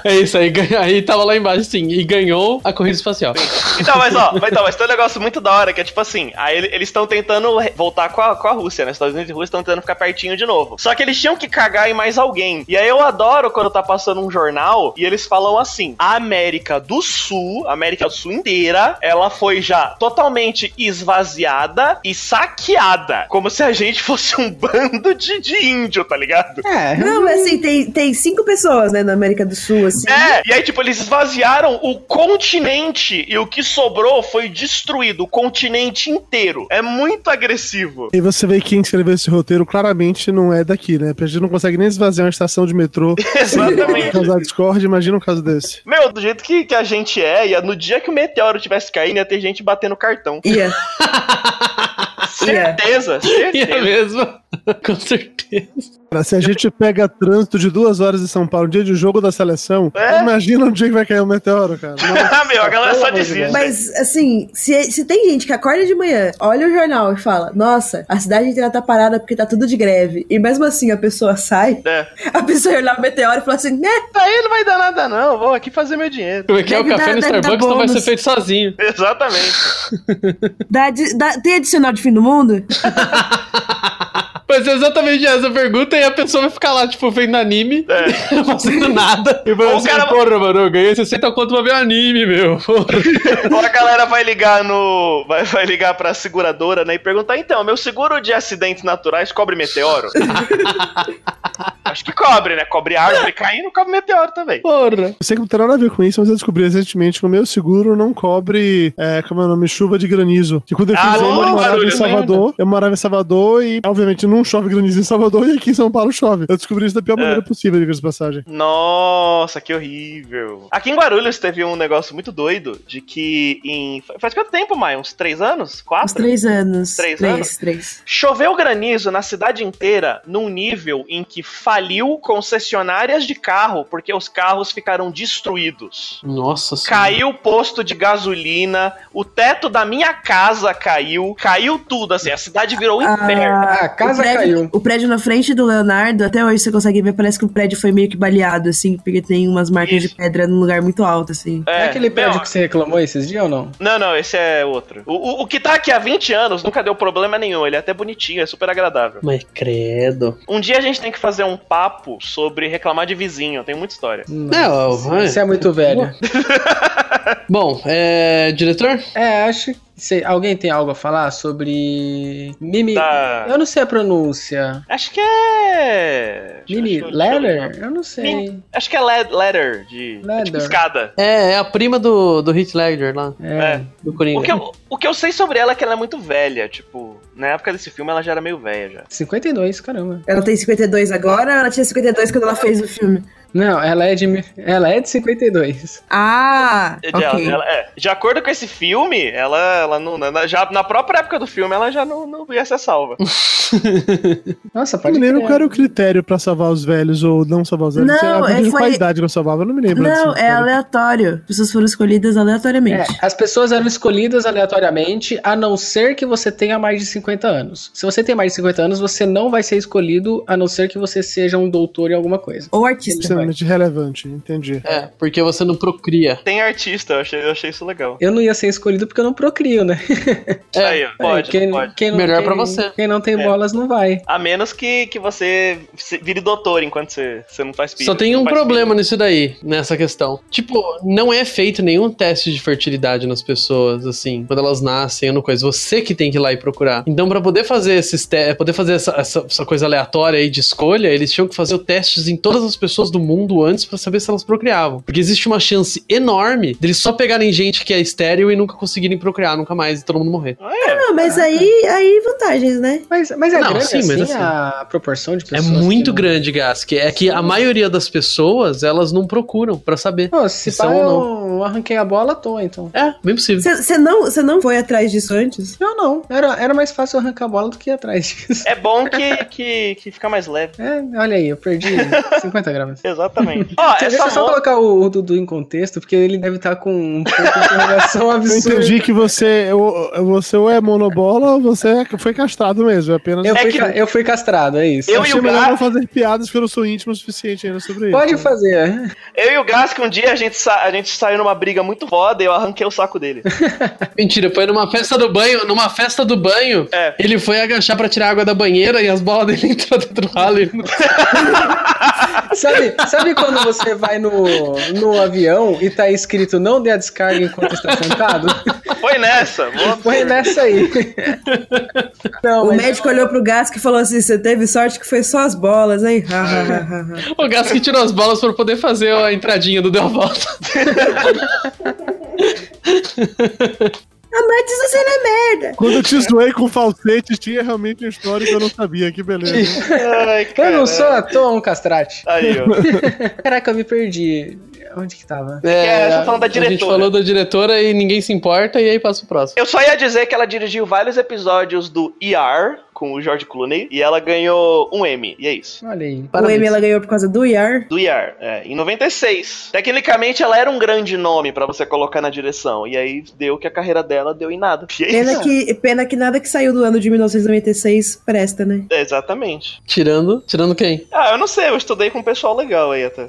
S6: é isso aí. ganha- Aí tava lá embaixo, sim, e ganhou a corrida espacial.
S2: Então, mas ó, mas, então, mas tem um negócio muito da hora que é tipo assim: aí ele- eles estão tentando re- voltar com a, com a Rússia, né? Estados Unidos e Rússia estão tentando ficar pertinho de novo. Só que eles tinham que cagar em mais alguém. E aí eu adoro quando tá passando um jornal e eles falam assim: a América do Sul, a América do Sul inteira, ela foi já totalmente esvaziada e saqueada. Como se a gente fosse um bando de, de índio, tá ligado?
S1: É,
S3: Não, mas assim, tem, tem cinco pessoas, né, na América do Sul, assim.
S2: É, e aí, tipo, eles esvaziaram o continente e o que sobrou foi destruído, o continente inteiro. É muito agressivo.
S5: E você vê que quem escreveu esse roteiro claramente não é daqui, né? Porque a gente não consegue nem esvaziar uma estação de metrô pra
S2: Exatamente.
S5: causar Discord, imagina um caso desse.
S2: Meu, do jeito que, que a gente é, ia, no dia que o meteoro tivesse caindo, ia ter gente batendo cartão.
S3: Ia. Ia.
S2: Certeza,
S6: E é
S2: certeza.
S6: mesmo? Com certeza.
S5: Cara, se a gente pega trânsito de duas horas em São Paulo, um dia de jogo da seleção,
S2: É?
S5: imagina um dia que vai cair um meteoro, cara.
S2: Ah, meu, a galera só
S1: Pelo amor de
S2: desiste.
S1: Deus.
S3: Mas, assim, se, se tem gente que acorda de manhã, olha o jornal e fala: Nossa, a cidade inteira tá parada porque tá tudo de greve. E mesmo assim a pessoa sai,
S2: É.
S3: a pessoa olha o meteoro e fala assim: Né?
S2: daí não vai dar nada, não. Vou aqui fazer meu dinheiro.
S8: Como é que é? O
S3: Deve
S8: café
S3: dar-
S8: no
S3: deve dar
S8: Starbucks não vai
S3: bônus.
S8: ser feito sozinho.
S2: Exatamente.
S3: Dá adi- dá- tem adicional de fim do mundo?
S8: Mas é exatamente essa pergunta e a pessoa vai ficar lá, tipo, vendo anime,
S2: É.
S8: não fazendo nada. E vai
S2: Ou o
S8: assim,
S2: cara-
S8: porra, mano, eu ganhei 60 conto pra ver anime, meu.
S2: Ou a galera vai ligar no. Vai, vai ligar pra seguradora, né? E perguntar, então, meu seguro de acidentes naturais cobre meteoro? Acho que cobre, né? Cobre árvore caindo, cobre meteoro também.
S8: Porra.
S5: Eu sei que não tem nada a ver com isso, mas eu descobri recentemente que o meu seguro não cobre, é, como é o nome, chuva de granizo. Que quando eu
S2: Ah, não,
S5: fiz ele, eu
S2: não,
S5: morava em
S2: barulho,
S5: Salvador. Eu morava em Salvador e, obviamente, não chove granizo em Salvador e aqui em São Paulo chove. Eu descobri isso da
S1: É.
S5: pior maneira possível, diga-se de passagem.
S2: Nossa, que horrível. Aqui em Guarulhos teve um negócio muito doido de que em. Faz quanto tempo, Maia? Uns três anos?
S3: Uns
S2: Quatro?
S3: três anos.
S2: Três
S3: três,
S2: anos?
S3: três.
S2: Choveu granizo na cidade inteira num nível em que faliu concessionárias de carro porque os carros ficaram destruídos.
S6: Nossa senhora.
S2: Caiu o posto de gasolina, o teto da minha casa caiu, caiu tudo, assim, a cidade virou um inferno.
S1: Ah, a casa
S3: o prédio,
S1: caiu.
S3: O prédio na frente do Leonardo, até hoje você consegue ver, parece que o prédio foi meio que baleado, assim, porque tem umas marcas de
S2: Isso.
S3: pedra num lugar muito alto, assim.
S1: É, aquele
S2: meu,
S1: prédio que você reclamou esses dias ou não?
S2: Não, não, esse é outro. O, o- o que tá aqui há 20 anos nunca deu problema nenhum, ele é até bonitinho, é super agradável.
S6: Mas credo.
S2: Um dia a gente tem que fazer um papo sobre reclamar de vizinho, tem muita história.
S1: Hum.
S6: Não, vai.
S1: Você é muito velho.
S6: Bom, é. Diretor?
S1: É, acho que. sei- alguém tem algo a falar sobre. Mimi.
S2: Tá.
S1: Eu não sei a pronúncia.
S2: Acho que é.
S1: Mimi
S2: Acho que-
S1: Leather? Eu não sei.
S2: Mim- Acho que é le- letter, de é
S1: Leather.
S2: tipo escada.
S6: É, é a prima do, do Heath Ledger lá,
S1: É.
S2: É.
S6: do
S2: O
S6: Coringa.
S2: que, eu, o que eu sei sobre ela é que ela é muito velha, tipo, na época desse filme ela já era meio velha já.
S1: 52, caramba.
S3: Ela tem 52 agora, ou ela tinha 52 quando ela fez o filme?
S1: Não, ela é de. Ela é de 52.
S3: Ah!
S2: De,
S3: ok.
S2: ela- é, de acordo com esse filme, ela, ela não. Na, na- já, na própria época do filme, ela já não, não ia ser salva.
S1: Nossa,
S5: Eu
S1: pode
S5: não me lembro
S1: crer.
S5: qual era o critério pra salvar os velhos ou não salvar os velhos.
S3: Não,
S5: Sei lá,
S3: é,
S5: de
S3: foi-
S5: qual idade que eu salvava, eu não me lembro.
S3: Não,
S5: desse
S3: é
S5: critério.
S3: aleatório. As pessoas foram escolhidas
S1: É,
S3: aleatoriamente.
S1: as pessoas eram escolhidas aleatoriamente, a não ser que você tenha mais de 50 anos. Se você tem mais de 50 anos, você não vai ser escolhido, a não ser que você seja um doutor em alguma coisa.
S3: Ou artista.
S5: Extremamente relevante, entendi.
S6: É, porque você não procria.
S2: Tem artista, eu achei, eu achei isso legal.
S1: Eu não ia ser escolhido porque eu não procrio, né?
S6: É,
S2: Aí, ó, pode,
S1: quem,
S2: pode.
S1: quem não-
S6: Melhor pra
S1: quem-
S6: você.
S1: Quem não tem
S2: É.
S1: bolas não vai.
S2: A menos que, que você se- vire doutor enquanto você, você não faz filho.
S6: Só tem
S2: não
S6: um
S2: faz
S6: problema nisso daí, nessa questão. Tipo, não é feito nenhum teste de fertilidade nas pessoas, assim, quando elas nascem ou no coisa. Você que tem que ir lá e procurar. Então, pra poder fazer esses te- poder fazer essa, essa- essa coisa aleatória aí de escolha, eles tinham que fazer testes em todas as pessoas do mundo antes pra saber se elas procriavam. Porque existe uma chance enorme deles só pegarem gente que é estéril e nunca conseguirem procriar nunca mais e todo mundo morrer.
S2: filho. Ah, é.
S3: Não, mas aí, aí vantagens, né?
S1: Mas, mas é
S6: Não,
S1: grande
S6: sim, mas
S1: assim,
S6: assim,
S1: a proporção de
S6: É
S1: pessoas.
S6: muito
S1: que não-
S6: grande, Gas, que é que a maioria das pessoas, elas não procuram pra saber.
S1: Pô, se
S6: Se
S1: pá,
S6: são ou
S1: eu arranquei a bola à toa, então.
S6: É, bem possível.
S3: Você não, cê não foi atrás disso antes?
S1: Eu não. Era, era mais fácil eu arrancar a bola do que ir atrás disso.
S2: É bom que, que, que fica mais leve.
S1: É, olha aí, eu perdi 50 gramas.
S2: Exatamente. Ó, é
S1: Deixa
S2: essa
S1: eu só tá-
S2: moça-
S1: colocar o, o Dudu em contexto, porque ele deve estar com um ponto de interrogação
S5: Eu
S1: absurdo.
S5: entendi que você, ou- você ou é monobola ou você é- foi castrado mesmo. é Apenas
S1: Eu,
S2: É
S1: fui,
S2: que-
S1: ca- eu fui castrado, é isso.
S2: Eu e
S5: achei
S2: o
S5: melhor
S2: Gra-
S5: não fazer piadas porque eu não sou íntimo o suficiente ainda sobre isso.
S1: Pode fazer. é.
S2: Eu e o Gas, que um dia a gente, sa- a gente saiu numa briga muito foda e eu arranquei o saco dele.
S6: Mentira, foi numa festa do banho, numa festa do banho,
S2: É.
S6: ele foi agachar pra tirar água da banheira e as bolas dele entraram dentro do ralo. e-
S1: Sabe, sabe quando você vai no, no avião e tá escrito não dê a descarga enquanto está sentado?
S2: Foi nessa. vou-
S1: Foi nessa aí. Não,
S3: O
S1: mas-
S3: médico olhou pro Gasco e falou assim: você teve sorte que foi só as bolas, hein? Ha, ha, ha, ha, ha."
S6: o Gas que tirou as bolas pra poder fazer a entradinha do Deu a Volta.
S3: Ah, mas isso você não é merda.
S5: Quando eu te zoei com falsete, tinha realmente uma história que eu não sabia. Que beleza.
S2: Ai,
S1: eu não
S2: caralho.
S1: sou à toa um castrate.
S2: Aí, ó.
S1: Caraca, eu me perdi. Onde que tava?
S2: É, eu tô falando da
S6: A gente
S2: diretora.
S6: falou da diretora e ninguém se importa, e aí passa o próximo.
S2: Eu só ia dizer que ela dirigiu vários episódios do ER, com o George Clooney e ela ganhou um M. E é isso.
S1: Olha aí.
S3: O M ela ganhou por causa do IAR.
S2: Do IAR, é, em 96. Tecnicamente ela era um grande nome pra você colocar na direção. E aí deu que a carreira dela deu em nada. E é
S3: Pena
S2: isso.
S3: que, pena que nada que saiu do ano de 1996 presta, né?
S2: É, exatamente.
S6: Tirando. Tirando quem?
S2: Ah, eu não sei, eu estudei com um pessoal legal aí até.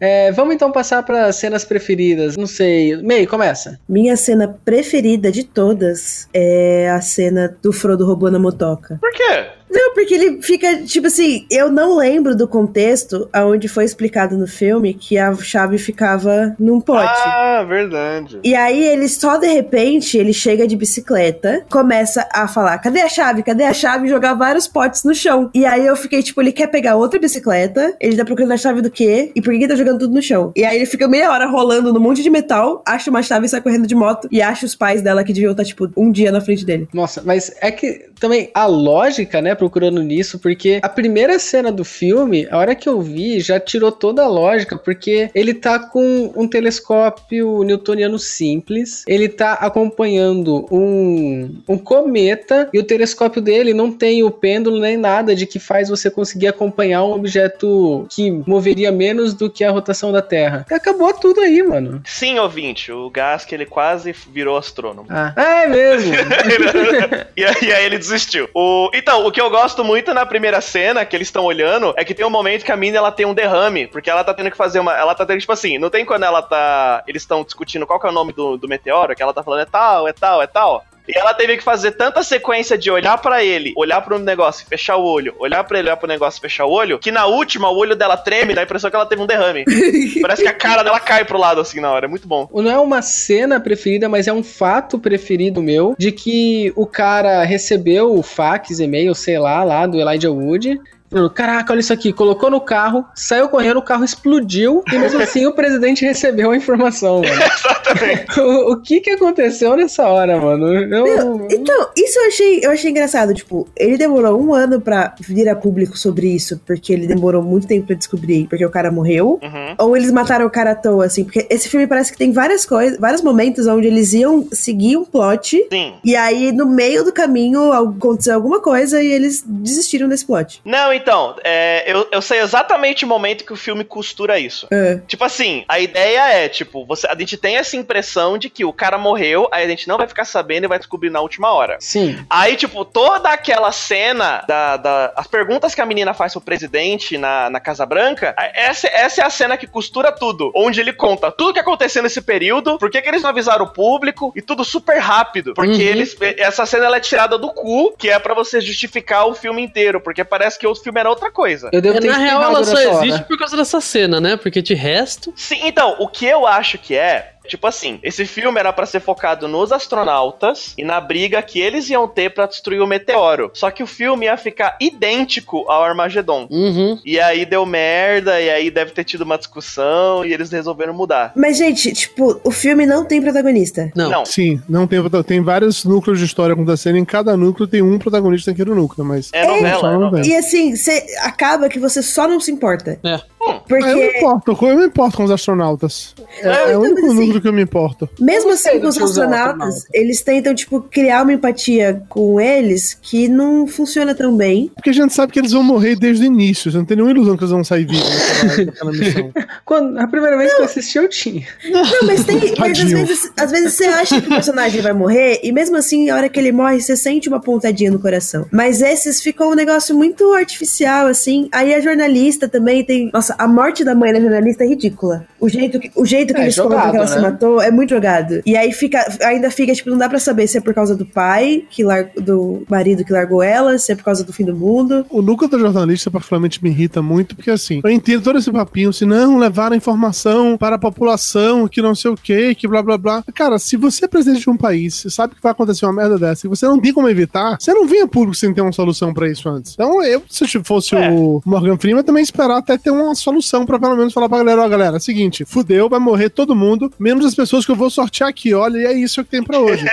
S1: É, vamos então passar para cenas preferidas. Não sei. Mei, começa.
S3: Minha cena preferida de todas é a cena do Frodo roubando a motoca.
S2: Por quê?
S3: Não, porque ele fica, tipo assim, eu não lembro do contexto aonde foi explicado no filme que a chave ficava num pote.
S2: Ah, verdade.
S3: E aí ele só de repente ele chega de bicicleta, começa a falar: "Cadê a chave? Cadê a chave?" e jogar vários potes no chão. E aí eu fiquei tipo, ele quer pegar outra bicicleta, ele tá procurando a chave do quê? E por que que tá jogando tudo no chão? E aí ele fica meia hora rolando num monte de metal, acha uma chave e sai correndo de moto e acha os pais dela que deviam estar tipo um dia na frente dele.
S1: Nossa, mas é que também a lógica, né, procurando nisso, porque a primeira cena do filme, a hora que eu vi, já tirou toda a lógica, porque ele tá com um telescópio newtoniano simples, ele tá acompanhando um, um cometa, e o telescópio dele não tem o pêndulo nem nada de que faz você conseguir acompanhar um objeto que moveria menos do que a rotação da Terra. Acabou tudo aí, mano.
S2: Sim, ouvinte, o Gask ele quase virou astrônomo.
S1: Ah, é mesmo.
S2: e, aí, e aí ele desistiu. O- então, o que eu gosto muito na primeira cena que eles estão olhando é que tem um momento que a mina ela tem um derrame, porque ela tá tendo que fazer uma. Ela tá tendo, tipo assim, não tem quando ela tá. Eles estão discutindo qual que é o nome do, do meteoro, que ela tá falando é tal, é tal, é tal. E ela teve que fazer tanta sequência de olhar pra ele, olhar pro negócio, fechar o olho, olhar pra ele, olhar pro negócio, fechar o olho, que na última o olho dela treme, dá a impressão que ela teve um derrame. Parece que a cara dela cai pro lado assim na hora, é muito bom.
S1: Não é uma cena preferida, mas é um fato preferido meu de que o cara recebeu o fax, e-mail, sei lá, lá do Elijah Wood. Falou, Caraca, olha isso aqui. Colocou no carro, saiu correndo, o carro explodiu e mesmo assim o presidente recebeu a informação, mano.
S2: Exatamente.
S1: O, o que que aconteceu nessa hora, mano? Eu,
S3: Então, isso eu achei, eu achei engraçado. Tipo, ele demorou um ano pra vir a público sobre isso, porque ele demorou muito tempo pra descobrir, porque o cara morreu.
S2: Uhum.
S3: Ou eles mataram o cara à toa, assim, porque esse filme parece que tem várias coisas, vários momentos onde eles iam seguir um plot,
S2: Sim.
S3: e aí no meio do caminho al- aconteceu alguma coisa e eles desistiram desse plot.
S2: Não, então, é, eu, eu sei exatamente o momento que o filme costura isso.
S3: É.
S2: Tipo assim, a ideia é, tipo, você, a gente tem essa impressão de que o cara morreu, aí a gente não vai ficar sabendo e vai descobrir na última hora.
S1: sim.
S2: Aí, tipo, toda aquela cena da, da- as perguntas que a menina faz pro presidente na, na Casa Branca, a- essa, essa é a cena que costura tudo. Onde ele conta tudo que aconteceu nesse período, por que que eles não avisaram o público e tudo super rápido. Porque eles. Essa cena ela é tirada do cu, que é pra você justificar o filme inteiro, porque parece que o filme era outra coisa.
S1: Eu devo ter
S6: É, na real,
S1: espirrado
S6: ela só
S1: nessa hora.
S6: existe por causa dessa cena, né? Porque de resto.
S2: Sim, então, o que eu acho que é. Tipo assim, esse filme era pra ser focado nos astronautas e na briga que eles iam ter pra destruir o meteoro. Só que o filme ia ficar idêntico ao Armagedon.
S6: Uhum.
S2: E aí deu merda, e aí deve ter tido uma discussão e eles resolveram mudar.
S3: Mas, gente, tipo, o filme não tem protagonista.
S6: Não.
S2: Não.
S5: Sim, não tem, tem vários núcleos de história acontecendo. Em cada núcleo tem um protagonista naquele núcleo, mas.
S2: É novela.
S5: só
S2: É
S5: não
S2: novela.
S5: tem.
S3: E assim, você acaba que você só não se importa.
S6: É.
S5: Ah, Eu me
S3: Porque,
S5: importo, eu me importo com os astronautas. É, o
S3: então,
S5: único
S3: mas assim-
S5: núcleo que eu me importo.
S3: mesmo
S1: Eu
S3: assim,
S1: sei
S3: com os
S1: do que usar o
S3: astronautas,
S1: astronauta.
S3: eles tentam, tipo, criar uma empatia com eles que não funciona tão bem.
S5: Porque a gente sabe que eles vão morrer desde o início. Você não tem nenhuma ilusão que eles vão sair vivos naquela, naquela missão.
S1: Quando, a primeira vez que eu assisti, eu tinha.
S3: Não, mas tem. mas às
S5: Tadinho.
S3: vezes, às vezes você acha que o personagem vai morrer, e mesmo assim, a hora que ele morre, você sente uma pontadinha no coração. Mas esses ficam um negócio muito artificial, assim. Aí a jornalista também tem. Nossa, a morte da mãe da jornalista é ridícula. O jeito que, o jeito que
S1: É,
S3: eles colocam
S1: jogado,
S3: que ela se
S1: né?
S3: matou é muito jogado. E aí fica, ainda fica, tipo, não dá pra saber se é por causa do pai, que lar- do marido que largou ela, se é por causa do fim do mundo.
S5: O núcleo da jornalista particularmente me irrita muito, porque assim, eu entendo todo esse papinho, se não levar a informação para a população, que não sei o que, que blá blá blá. Cara, se você é presidente de um país, você sabe que vai acontecer uma merda dessa, e você não tem como evitar, você não vem a público sem ter uma solução pra isso antes. Então eu, se eu fosse
S2: É.
S5: o Morgan Freeman, também esperar até ter uma discussão pra pelo menos falar pra galera, ó, galera, é seguinte, fudeu, vai morrer todo mundo, menos as pessoas que eu vou sortear aqui, olha, e é isso que tem pra hoje.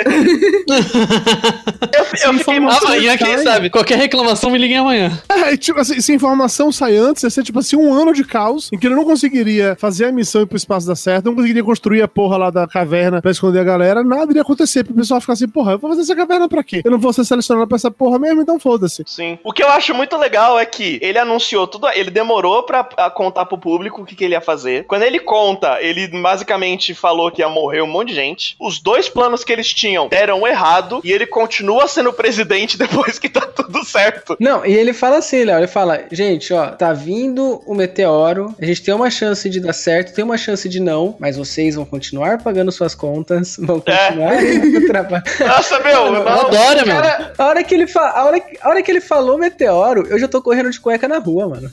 S2: Eu, eu
S6: um
S2: fiquei muito.
S6: Amanhã, é quem sabe? Qualquer reclamação, me liguem amanhã.
S5: É, e, tipo assim, se a informação sai antes, ia ser tipo assim, um ano de caos em que ele não conseguiria fazer a missão e ir pro espaço dar certo, não conseguiria construir a porra lá da caverna pra esconder a galera, nada iria acontecer pro pessoal ficar assim, porra, eu vou fazer essa caverna pra quê? Eu não vou ser selecionado pra essa porra mesmo, então foda-se.
S2: Sim. O que eu acho muito legal é que ele anunciou tudo, ele demorou pra ah, contar pro público o que, que ele ia fazer. Quando ele conta, ele basicamente falou que ia morrer um monte de gente. Os dois planos que eles tinham deram errado e ele continua sendo presidente depois que tá tudo certo.
S1: Não, e ele fala assim, Léo, ele fala, gente, ó, tá vindo o meteoro, a gente tem uma chance de dar certo, tem uma chance de não, mas vocês vão continuar pagando suas contas, vão
S2: É.
S1: continuar indo pro trabalho.
S2: Nossa, meu,
S1: Mano,
S2: não-
S6: Adora, mano.
S1: Cara, a hora, que ele fa... a, hora... a hora que ele falou meteoro, eu já tô correndo de cueca na rua, mano.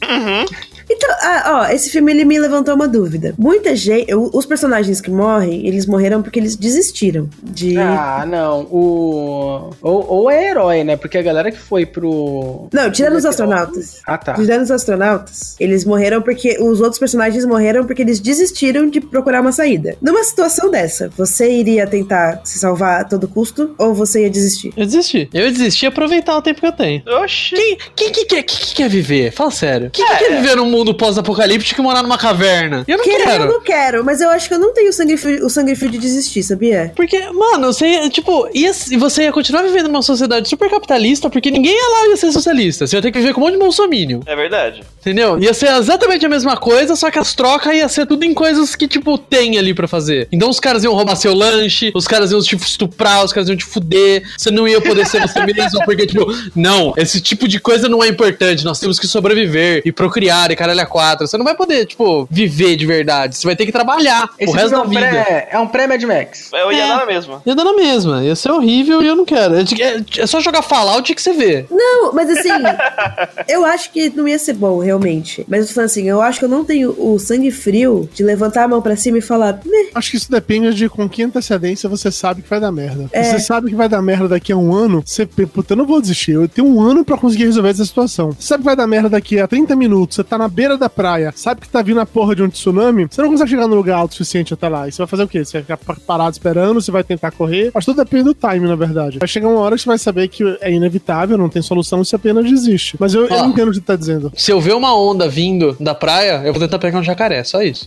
S3: Então, ah, ó, esse filme ele me levantou uma dúvida. Muita gente. eu- os personagens que morrem, eles morreram porque eles desistiram de.
S1: Ah, não. O... Ou, ou é herói, né? Porque a galera que foi pro.
S3: Não, tirando
S6: é
S3: os astronautas.
S1: Ah, tá.
S3: Tirando os astronautas, eles morreram porque. Os outros personagens morreram porque eles desistiram de procurar uma saída. Numa situação dessa, você iria tentar se salvar a todo custo ou você ia desistir?
S6: Eu desisti. Eu desisti e aproveitar o tempo que eu tenho.
S2: Oxi.
S6: Quem, quem que quer, quem que quer viver? Fala sério. Quem que
S2: É.
S6: quer viver num mundo pós-apocalíptico e morar numa caverna? Eu não
S3: Querer,
S6: quero.
S3: eu não quero, mas eu acho que eu não tenho o sangue frio, o sangue frio de desistir, sabia?
S6: Porque, mano, você ia, tipo, ia, e você ia continuar vivendo numa sociedade super capitalista, porque ninguém ia lá ia ser socialista. Você ia ter que viver com um monte de bolsomínio,
S2: É verdade.
S6: entendeu? Ia ser exatamente a mesma coisa, só que as trocas ia ser tudo em coisas que, tipo, tem ali pra fazer. Então os caras iam roubar seu lanche, os caras iam te estuprar, os caras iam te fuder, você não ia poder ser você mesmo, porque, tipo, não, esse tipo de coisa não é importante, nós temos que sobreviver e procriar e caralho a quatro. Você não vai poder, tipo, viver de verdade, você vai ter que trabalhar
S1: Esse
S6: o resto
S1: filme
S6: da
S1: é um
S6: vida.
S1: pré- é um pré-Mad Max.
S2: Eu ia
S6: É.
S2: dar na mesma.
S6: Ia dar na mesma, ia ser horrível e eu não quero. É, de- é- é só jogar Fallout que você vê.
S3: Não, mas assim, eu acho que não ia ser bom, realmente. Mas eu tô falando assim, eu acho que eu não tenho o sangue frio de levantar a mão pra cima e falar, "Né, "Meh,
S5: Acho que isso depende de com que antecedência você sabe que vai dar merda.
S3: É.
S5: Você sabe que vai dar merda daqui a um ano, você pensa, puta, eu não vou desistir. Eu tenho um ano pra conseguir resolver essa situação. Você sabe que vai dar merda daqui a 30 minutos, você tá na beira da praia, sabe que tá vindo a porra de um tsunami, você não consegue chegar no lugar alto o suficiente até lá. E você vai fazer o quê? Você vai ficar pa- parado esperando, você vai tentar correr. Mas tudo depende do time, na verdade. Vai chegar uma hora que você vai saber que é inevitável, não tem solução, você apenas desiste. Mas eu, eu
S6: Ó.
S5: entendo o que você tá dizendo.
S6: Se eu ver uma onda vindo da praia, eu vou tentar pegar um jacaré, só isso.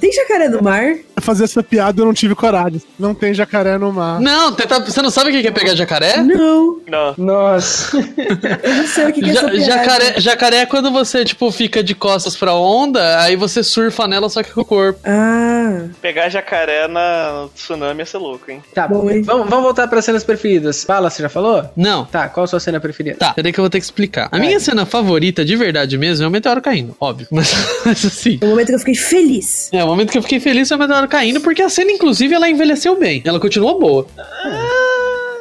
S3: tem jacaré no mar?
S5: Fazer essa piada eu não tive coragem. Não tem jacaré no mar.
S6: Não, tenta- você não sabe o que é pegar jacaré?
S3: Não,
S2: Não.
S1: Nossa.
S3: eu não sei o que, que é essa
S6: Ja-
S3: piada.
S6: jacaré, jacaré é quando você, tipo, fica de costas pra onda, aí você surfa nela só que com o corpo.
S3: Ah,
S2: Pegar jacaré na no tsunami ia ser louco, hein?
S1: Tá,
S3: Bom, hein?
S1: vamos, vamos voltar para cenas preferidas. Fala, você já falou?
S6: Não.
S1: Tá, qual a sua cena preferida?
S6: Tá, peraí que eu vou ter que explicar. A minha cena favorita, de verdade mesmo, é o meteoro caindo, óbvio. Mas, mas assim,
S3: no é um momento que eu fiquei feliz.
S6: É, o momento que eu fiquei feliz foi o meteoro caindo, porque a cena, inclusive, ela envelheceu bem. Ela continua boa.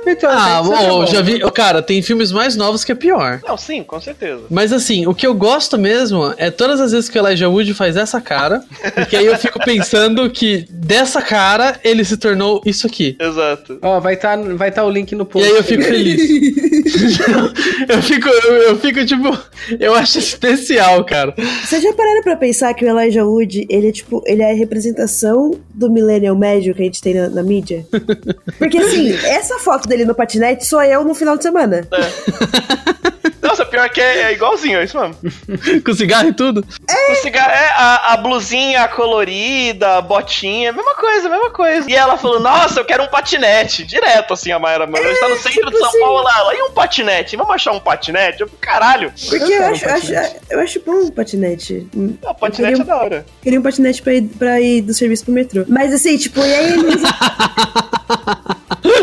S1: Meteoro,
S6: Ah,
S1: você já
S6: ó,
S1: falou.
S6: já vi.
S3: né?
S6: ó, Cara, tem filmes mais novos que é pior.
S2: Não, sim, com certeza.
S6: Mas assim, o que eu gosto mesmo é todas as vezes que o Elijah Wood faz essa cara, porque aí eu fico pensando que dessa cara ele se tornou isso aqui.
S2: Exato.
S1: Ó, vai estar vai tá o link no
S6: E
S1: post.
S6: aí eu fico feliz. eu fico, eu, eu fico tipo, eu acho especial, cara.
S3: Vocês já pararam pra pensar que o Elijah Wood, ele é tipo, ele é a representação do millennial médio que a gente tem na, na mídia? Porque assim, essa foto dele no patinete sou eu no final de semana.
S2: Nossa, pior que é, é igualzinho, é isso mesmo.
S6: Com cigarro e tudo.
S2: O cigarro é a, a blusinha colorida, a botinha, mesma coisa, mesma coisa. E ela falou, nossa, eu quero um patinete. Direto, assim, a Mayra Mano. A gente tá no centro de
S3: tipo
S2: São
S3: assim.
S2: Paulo lá, lá, e um patinete? Vamos achar um patinete? Eu, caralho,
S3: Porque eu,
S1: quero um
S3: acho, eu, acho, eu acho bom um patinete. Hum,
S2: o patinete é
S3: Eu queria
S2: da hora.
S3: Queria um patinete pra ir, pra ir do serviço pro metrô. Mas assim, tipo, e aí ele usa-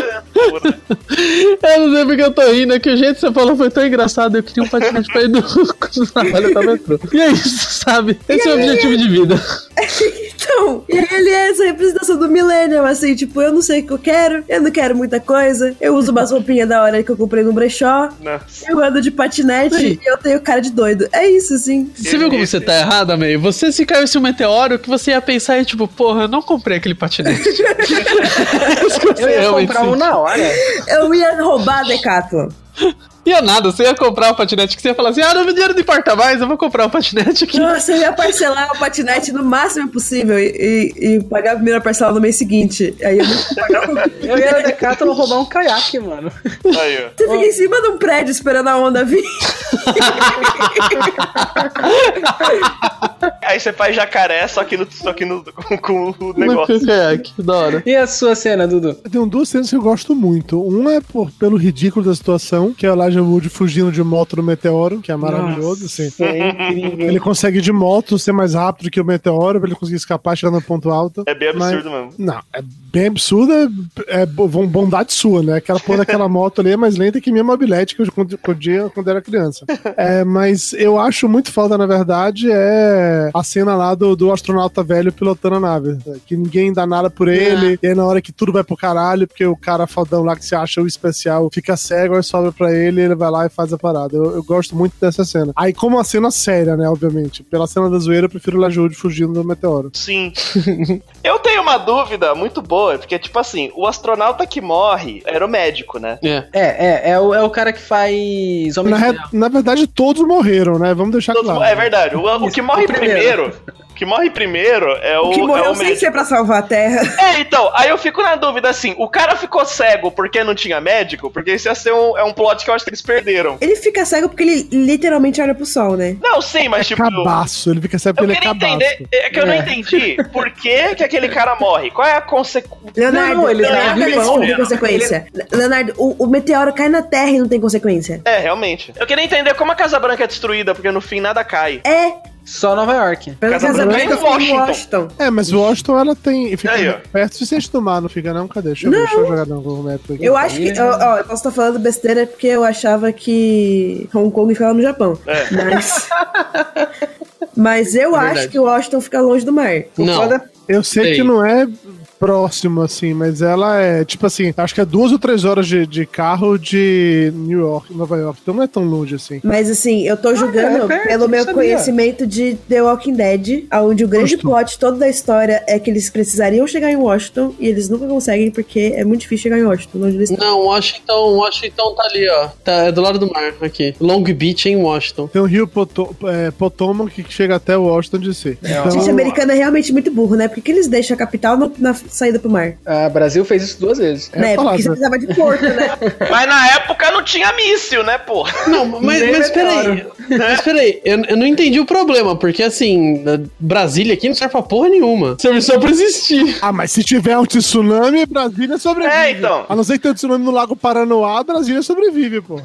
S6: Eu não sei porque eu tô rindo, é que o jeito que você falou foi tão engraçado, eu queria um patinete pra ir do do trabalho pra metrô. E é isso, sabe? Esse é o objetivo de vida.
S3: Então, e aí ele é essa representação do millennial, assim, tipo, eu não sei o que eu quero, eu não quero muita coisa, eu uso umas roupinhas da hora que eu comprei no brechó,
S2: Nossa.
S3: eu ando de patinete
S6: Sim.
S3: e eu tenho cara de doido. É isso, assim.
S6: Você viu como você tá errada, May? Você se caísse um meteoro, o que você ia pensar é tipo, porra, eu não comprei aquele patinete. Isso que você
S1: Eu ia
S6: realmente
S1: comprar um
S6: sente.
S1: na hora.
S3: Eu ia roubar a Decathlon.
S8: Ia nada, você ia comprar o patinete que você ia falar assim: ah, não, meu dinheiro não importa mais, eu vou comprar o patinete aqui.
S3: Nossa, eu ia parcelar o patinete no máximo possível e, e- e pagar a primeira parcela no mês seguinte. Aí eu não pagar o-
S1: Eu ia na Decathlon roubar um caiaque, mano.
S2: Aí, ó.
S3: Você fica em cima de um prédio esperando a onda vir.
S2: Aí você faz jacaré, só que, no, só que no, com, com o
S8: Não
S2: negócio.
S8: fica caiaque, da hora.
S1: E a sua cena, Dudu?
S5: Tem duas cenas que eu gosto muito. Uma é por- pelo ridículo da situação, que é o Elijah Wood fugindo de moto no meteoro, que é maravilhoso, assim.
S1: Isso é incrível.
S5: Ele consegue de moto ser mais rápido que o meteoro pra ele conseguir escapar chegando no ponto alto.
S2: É bem
S5: Mas-
S2: absurdo mesmo.
S5: Não, é bem absurdo, é, é bo- bondade sua, né? Aquela porra daquela moto ali é mais lenta que minha mobilete que eu quando- quando tinha- quando era criança. É, mas eu acho muito foda, na verdade, é a cena lá do, do astronauta velho pilotando a nave. né? Que ninguém dá nada por ele, e aí na hora que tudo vai pro caralho, porque o cara fodão lá que se acha o especial fica cego, aí sobra pra ele, ele vai lá e faz a parada. Eu, eu gosto muito dessa cena. Aí, como a cena séria, né, obviamente. Pela cena da zoeira, eu prefiro o Lajude fugindo do meteoro.
S2: Sim. Eu tenho uma dúvida muito boa, porque, tipo assim, o astronauta que morre era o médico, né?
S1: É, é, é o, é o cara que faz Homem
S5: Na,
S1: de
S5: re-
S1: Ferro.
S5: na verdade, todos morreram, né? Vamos deixar
S2: Todos-
S5: claro.
S2: é verdade. O, o que morre
S1: o primeiro.
S2: primeiro. O que morre primeiro é o,
S3: que
S2: é
S3: morreu
S2: o
S3: sem
S2: médico.
S3: ser pra salvar a Terra.
S2: É, então, aí eu fico na dúvida assim: o cara ficou cego porque não tinha médico? Porque isso ia ser um, é um plot que eu acho que eles perderam.
S3: Ele fica cego porque ele literalmente olha pro sol, né?
S2: Não, sim, mas tipo.
S5: É Cabaço, ele fica sabendo
S2: Eu
S5: que ele é
S2: queria
S5: cabaço.
S2: entender, é que eu não entendi por que, que aquele cara morre. Qual é a consequência?
S3: Leonardo,
S1: Não, não, ele-
S3: Leonardo,
S1: ele-
S3: ele
S1: ele-
S3: não tem
S2: ele-
S3: consequência. Leonardo, o, o meteoro cai na Terra e não tem consequência.
S2: É, realmente. Eu queria entender como a Casa Branca é destruída, porque no fim nada cai.
S3: É,
S1: Só Nova York.
S3: pela
S2: Casa
S3: Casa
S2: Branca
S3: Branca
S2: em
S3: foi em
S2: Washington.
S3: Washington.
S5: É, mas Washington ela tem. Fica
S2: Aí, ó.
S5: perto o suficiente do mar, não fica, não? Cadê? Deixa eu,
S3: Não.
S5: deixa eu jogar não, o mapa aqui.
S3: Eu acho que. Ó, ó, eu posso estar falando besteira porque eu achava que Hong Kong ficava no Japão.
S2: É.
S3: Mas. Mas eu acho que Washington fica longe do mar.
S6: Não.
S5: Eu sei,
S6: Sei.
S5: que não é próximo, assim, mas ela é, tipo assim, acho que é duas ou três horas de, de carro de New York, Nova York, então não é tão longe assim.
S3: Mas assim, eu tô julgando
S1: é perto,
S3: pelo
S1: não
S3: meu
S1: sabia.
S3: conhecimento de The Walking Dead, onde o grande
S5: Justo.
S3: plot todo da história é que eles precisariam chegar em Washington e eles nunca conseguem porque é muito difícil chegar em Washington, onde eles estão.
S6: Não, Washington, Washington tá ali, ó. Tá, é do lado do mar, aqui. Long Beach em Washington.
S5: Tem o rio Poto, é, Potomac que chega até Washington Então, DC.
S1: É, ó.
S3: Gente, americano é realmente muito burro, né? Por que que eles deixam a capital na, na saída pro mar?
S1: A Brasil fez isso duas vezes.
S5: É
S3: né?
S5: falado,
S3: Porque você
S5: né?
S3: precisava de porto, né?
S2: Mas na época não tinha míssil, né, pô?
S6: Não, mas,
S1: Nem
S6: mas peraí.
S1: meteoro.
S6: Mas peraí, eu, eu não entendi o problema, porque assim, na- Brasília aqui não serve pra porra nenhuma. Serve só pra existir.
S5: Ah, mas se tiver um tsunami, Brasília sobrevive.
S2: É, então.
S5: A não ser que tenha um tsunami no Lago Paranoá, Brasília sobrevive, porra.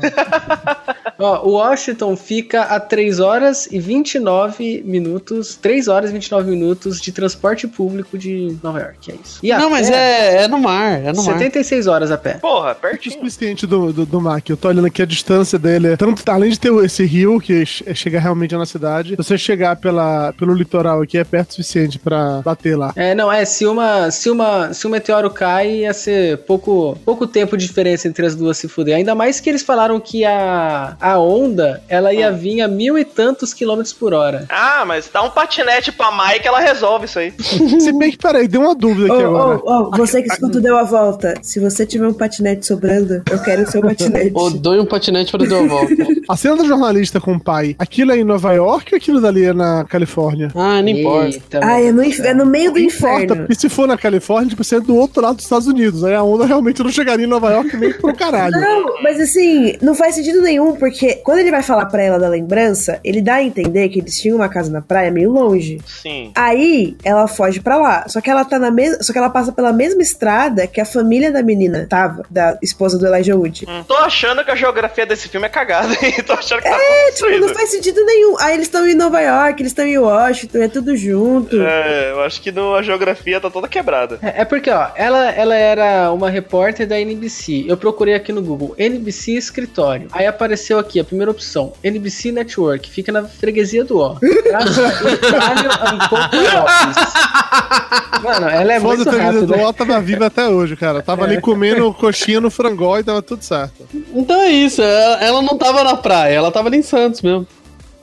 S1: Ó, o Washington fica a 3 horas e 29 minutos, 3 horas e 29 minutos de transporte público de Nova York, é isso. E a
S6: Não, mas
S1: pé,
S6: é, é no mar, é no mar.
S1: 76 horas a pé.
S2: Porra,
S5: Muito
S2: pertinho.
S5: suficiente do, do, do Mac. Eu tô olhando aqui a distância dele. é Tanto, além de ter esse rio que che- chega realmente na cidade, se você chegar pela, pelo litoral aqui é perto o suficiente pra bater lá.
S1: É, não, é, se uma, se uma, se um meteoro cai, ia ser pouco, pouco tempo de diferença entre as duas se fuder. Ainda mais que eles falaram que a, a onda, ela
S6: Ah.
S1: ia vir a mil e tantos quilômetros por hora.
S2: Ah, mas dá um patinete pra Mai que ela resolve isso aí.
S3: Uhum.
S5: Se bem que, peraí, deu uma dúvida
S3: Ô,
S5: aqui agora.
S3: ô, ô, você que escuta o deu a volta. Se você tiver um patinete sobrando, eu quero o seu patinete.
S6: Ou dou um patinete pra dar a volta.
S5: A cena da jornalista com o pai, aquilo é em Nova York ou aquilo dali é na Califórnia?
S6: Ah, não importa.
S1: Eita,
S3: Ah, é no, inf- é no meio do
S5: Importa,
S3: inferno.
S5: porque se for na Califórnia, tipo, você é do outro lado dos Estados Unidos. Aí a onda realmente não chegaria em Nova York nem pro caralho.
S3: Não, mas assim, não faz sentido nenhum, porque quando ele vai falar pra ela da lembrança, ele dá a entender que eles tinham uma casa na praia meio longe.
S2: Sim.
S3: Aí ela foge pra lá, só que ela tá na mesma, só que ela passa pela mesma estrada que a família da menina tava, da esposa do Elijah Wood.
S2: Hum, Tô achando que a geografia desse filme é cagada, hein? Tô achando que tá
S3: É, tipo, não faz sentido nenhum. Aí eles estão em Nova York, eles estão em Washington, é tudo junto.
S2: É, eu acho que no- a geografia tá toda quebrada.
S1: É é porque, ó, ela, ela era uma repórter da NBC. Eu procurei aqui no Google, NBC escritório. Aí apareceu aqui a primeira opção, NBC Network. Fica na freguesia do ó. Graças a Itália and Copa Lopes. Mano, ela é
S5: Foda-se,
S1: muito É.
S5: a vida do
S1: rápida.
S5: Ló tava viva até hoje, cara. Tava ali comendo coxinha no frangol e tava tudo certo.
S6: Então é isso, ela, ela não tava na praia, ela tava ali em Santos mesmo.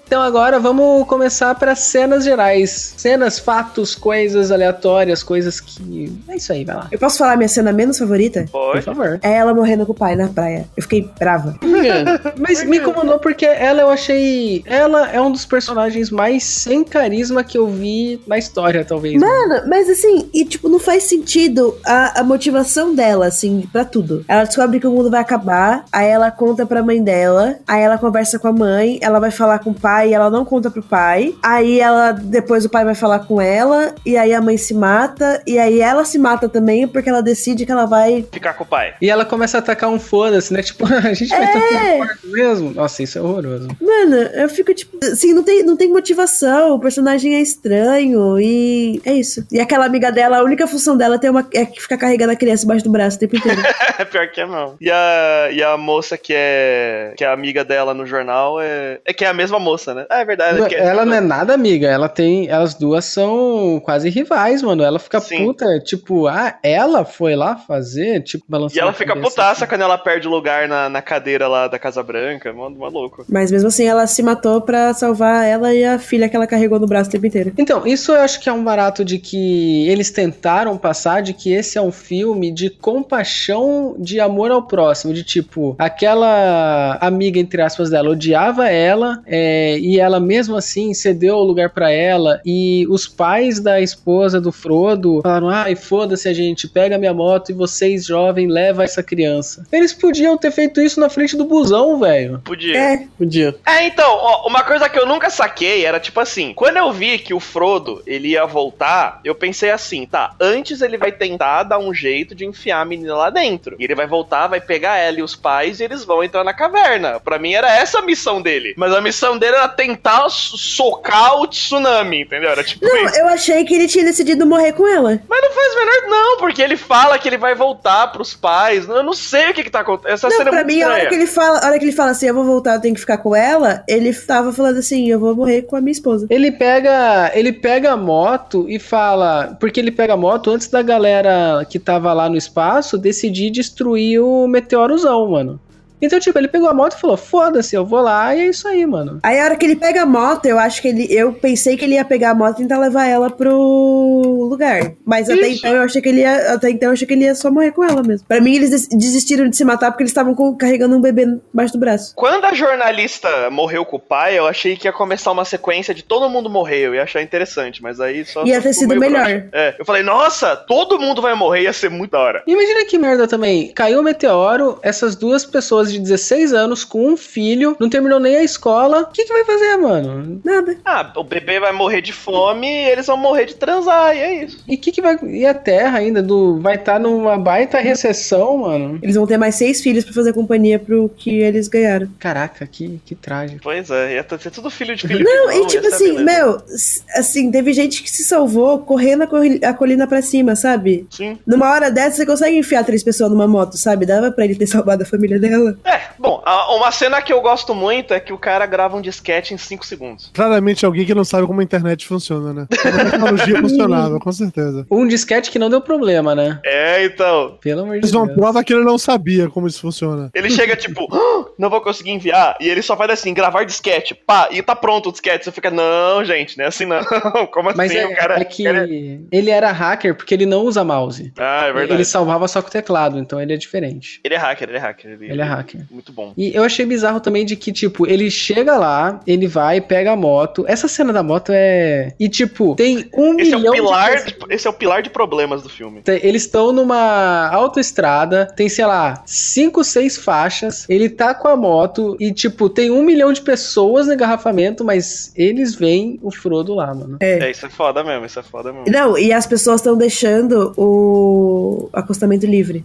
S1: Então agora vamos começar para cenas gerais. Cenas, fatos, coisas aleatórias, coisas que... É isso aí, vai lá.
S3: Eu posso falar minha cena menos favorita?
S1: Por
S2: Pode.
S1: favor.
S3: É ela morrendo com o pai na praia. Eu fiquei brava.
S6: amiga?
S1: Mas me incomodou porque ela eu achei. Ela é um dos personagens mais sem carisma que eu vi na história, talvez. né?
S3: Mano, mas assim, e tipo, não faz sentido a, a motivação dela, assim, pra tudo. Ela descobre que o mundo vai acabar, aí ela conta pra mãe dela, aí ela conversa com a mãe, ela vai falar com o pai, ela não conta pro pai, aí ela, depois o pai vai falar com ela, e aí a mãe se mata, e aí ela se mata também, porque ela decide que ela vai.
S2: Ficar com o pai.
S1: E ela começa a atacar um foda-se, né? Tipo, a gente vai
S3: É.
S1: estar morto mesmo. Nossa, isso é horroroso.
S3: Mano, eu fico tipo. Assim, não tem, não tem motivação, o personagem é estranho, e é isso. E aquela amiga dela, a única função dela é ter uma, é ficar carregando a criança embaixo do braço o tempo inteiro.
S2: É pior que é não. E a, e a moça que é. que é amiga dela no jornal é. É que é a mesma moça, né? Ah, é verdade.
S1: Não,
S2: que
S1: Ela não é nada amiga, ela tem. Elas duas são quase rivais, mano. Ela fica
S2: Sim.
S1: puta, tipo, ah, ela foi lá fazer, tipo, balançar.
S2: E ela
S1: a
S2: fica
S1: cabeça,
S2: putaça
S1: assim.
S2: quando ela perde o lugar na, na cadeira lá da Casa Branca. Mano, maluco.
S3: Mas mesmo assim, ela se matou pra salvar ela e a filha que ela carregou no braço o tempo inteiro.
S1: Então, isso eu acho que é um barato de que eles tentaram passar de que esse é um filme de compaixão, de amor ao próximo, de tipo, aquela amiga, entre aspas, dela odiava ela, é, e ela mesmo assim cedeu o lugar pra ela, e os pais da esposa do Frodo falaram, ai, foda-se a gente, pega minha moto e vocês, jovem, leva essa criança. Eles podiam ter feito isso na frente do busão, velho.
S2: Podia.
S3: É.
S6: Podia.
S2: É, então, ó, uma coisa que eu nunca saquei era tipo assim, quando eu vi que o Frodo ele ia voltar, eu pensei assim, tá, antes ele vai tentar dar um jeito de enfiar a menina lá dentro. E ele vai voltar, vai pegar ela e os pais e eles vão entrar na caverna. Pra mim era essa a missão dele. Mas a missão dele era tentar so- socar o tsunami, entendeu? Era tipo
S3: Não,
S2: isso.
S3: eu achei que ele tinha decidido morrer com ela.
S2: Mas não faz o menor não, porque ele fala que ele vai voltar pros pais. Eu não sei o que que tá acontecendo. Essa
S3: não,
S2: cena é
S3: pra
S2: muito
S3: mim, a hora,
S2: estranha.
S3: que ele fala, a hora que ele fala assim, eu vou voltar, eu tenho que ficar com ela, ele tava falando assim, eu vou morrer com a minha esposa.
S1: Ele pega, ele pega a moto e fala, porque ele pega a moto antes da galera que tava lá no espaço decidir destruir o meteorozão, mano. Então, tipo, ele pegou a moto e falou: "Foda-se, eu vou lá". E é isso aí, mano.
S3: Aí a hora que ele pega a moto, eu acho que ele. Eu pensei que ele ia pegar a moto e tentar levar ela pro lugar. Mas até
S2: Isso.
S3: então eu achei que ele ia. Até então eu achei que ele ia só morrer com ela mesmo. Pra mim, eles des- desistiram de se matar porque eles estavam com- carregando um bebê embaixo do braço.
S2: Quando a jornalista morreu com o pai, eu achei que ia começar uma sequência de todo mundo morreu. Eu ia achar interessante, mas aí só.
S3: Ia
S2: só
S3: ter
S2: ficou
S3: sido
S2: meio
S3: melhor.
S2: broxa. É, eu falei, nossa, todo mundo vai morrer, ia ser muito da hora.
S1: Imagina que merda também. Caiu o meteoro, essas duas pessoas de 16 anos com um filho, não terminou nem a escola. O que que vai fazer, mano?
S3: Nada.
S2: Ah, o bebê vai morrer de fome e eles vão morrer de transar, e é isso.
S1: E que que vai e a Terra ainda do vai estar numa baita recessão, mano?
S3: Eles vão ter mais seis filhos pra fazer companhia pro que eles ganharam.
S1: Caraca, que que trágico.
S2: Pois é, ia ser tudo filho de filho.
S3: Não, e tipo assim, meu, s- assim, teve gente que se salvou correndo a, corri- a colina pra cima, sabe?
S2: Sim.
S3: Numa hora dessa, você consegue enfiar três pessoas numa moto, sabe? Dava pra ele ter salvado a família dela.
S2: É, bom, a- uma cena que eu gosto muito é que o cara grava um disquete em 5 segundos.
S5: Claramente alguém que não sabe como a internet funciona, né? Como a tecnologia funcionava, com certeza.
S1: Um disquete que não deu problema, né?
S2: É, então.
S1: Pelo amor de
S5: Fiz uma
S1: Deus.
S5: prova que ele não sabia como isso funciona.
S2: Ele chega tipo, "Ah, não vou conseguir enviar. E ele só faz assim, gravar disquete. Pá, e tá pronto o disquete. Você fica, não, gente, não é assim não. Como assim?
S1: Mas é,
S2: o cara.
S1: é que
S2: o cara-
S1: ele era hacker porque ele não usa mouse.
S2: Ah, é verdade.
S1: Ele
S2: Ele...
S1: salvava só com o teclado, então ele é diferente.
S2: é hacker, ele é hacker. Ele,
S1: Ele é hacker.
S2: Muito bom.
S1: E eu achei bizarro também de que, tipo, ele chega lá, ele vai, pega a moto. Essa cena da moto é. E, tipo, tem um
S2: Esse é, o
S1: milhão. de
S2: pilar,
S1: pessoas-
S2: esse é o pilar de problemas do filme.
S1: Tem- Eles estão numa autoestrada, tem, sei lá, cinco, seis faixas. Ele tá com a moto e, tipo, tem um milhão de pessoas no engarrafamento, mas eles veem o Frodo lá, mano.
S2: É, isso é foda mesmo, isso é foda mesmo.
S3: Não, e as pessoas estão deixando o acostamento livre.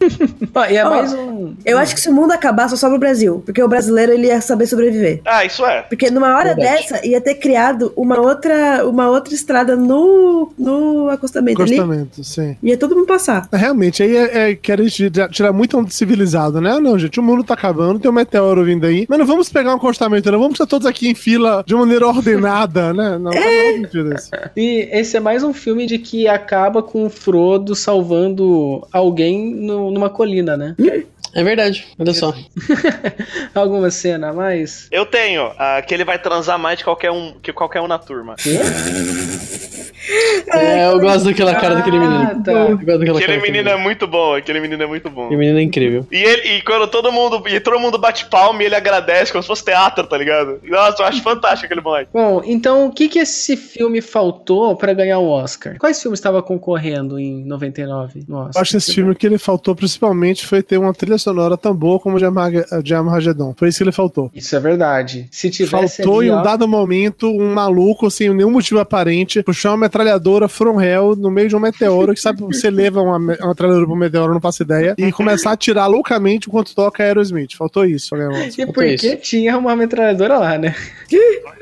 S1: Ah, e é
S3: Ó,
S1: mais um.
S3: Eu acho que se o mundo acabar, só sobra o Brasil. Porque o brasileiro, ele ia saber sobreviver.
S2: Ah, isso é.
S3: Porque numa hora dessa, ia ter criado uma outra, uma outra estrada no, no acostamento ali.
S5: Gostamento, sim.
S3: Ia todo mundo passar.
S5: É, Realmente, aí é, é, querem tirar, tirar muito onde civilizado, né? Ah, Não, gente, o mundo tá acabando, tem um meteoro vindo aí. Mas não vamos pegar um acostamento, não. Vamos estar todos aqui em fila de maneira ordenada, né? Não, é. não sentido isso.
S1: E esse é mais um filme de que acaba com o Frodo salvando alguém no- numa colina, né?
S6: É verdade. Olha só.
S1: Alguma cena a mais?
S2: Eu tenho, ah, que ele vai transar mais de qualquer um, que qualquer um na turma.
S6: É, eu gosto daquela cara daquele menino.
S1: Ah, tá.
S6: Eu gosto daquela
S2: Aquele
S6: cara
S2: menino é muito bom, aquele menino é muito bom.
S6: Aquele menino é incrível.
S2: E, ele, e quando todo mundo, e todo mundo bate palma e ele agradece como se fosse teatro, tá ligado? Nossa, eu acho fantástico aquele moleque.
S1: Bom, então o que, que esse filme faltou pra ganhar o Oscar? Quais filmes estava concorrendo em 99 no Oscar?
S5: Eu acho que esse filme que ele faltou principalmente foi ter uma trilha sonora tão boa como o de Amar- de Armagedon. Foi isso que ele faltou.
S1: Isso é verdade. Se tivesse
S5: Faltou
S1: ali,
S5: em um
S1: ó,
S5: dado momento um maluco, sem nenhum motivo aparente, puxar uma metralhadora from hell no meio de um meteoro, que sabe, você leva uma, me- uma metralhadora pro meteoro, não faço ideia, e começar a atirar loucamente enquanto toca Aerosmith. Faltou isso, né, mano?
S1: E porque
S6: isso.
S1: tinha uma metralhadora lá, né?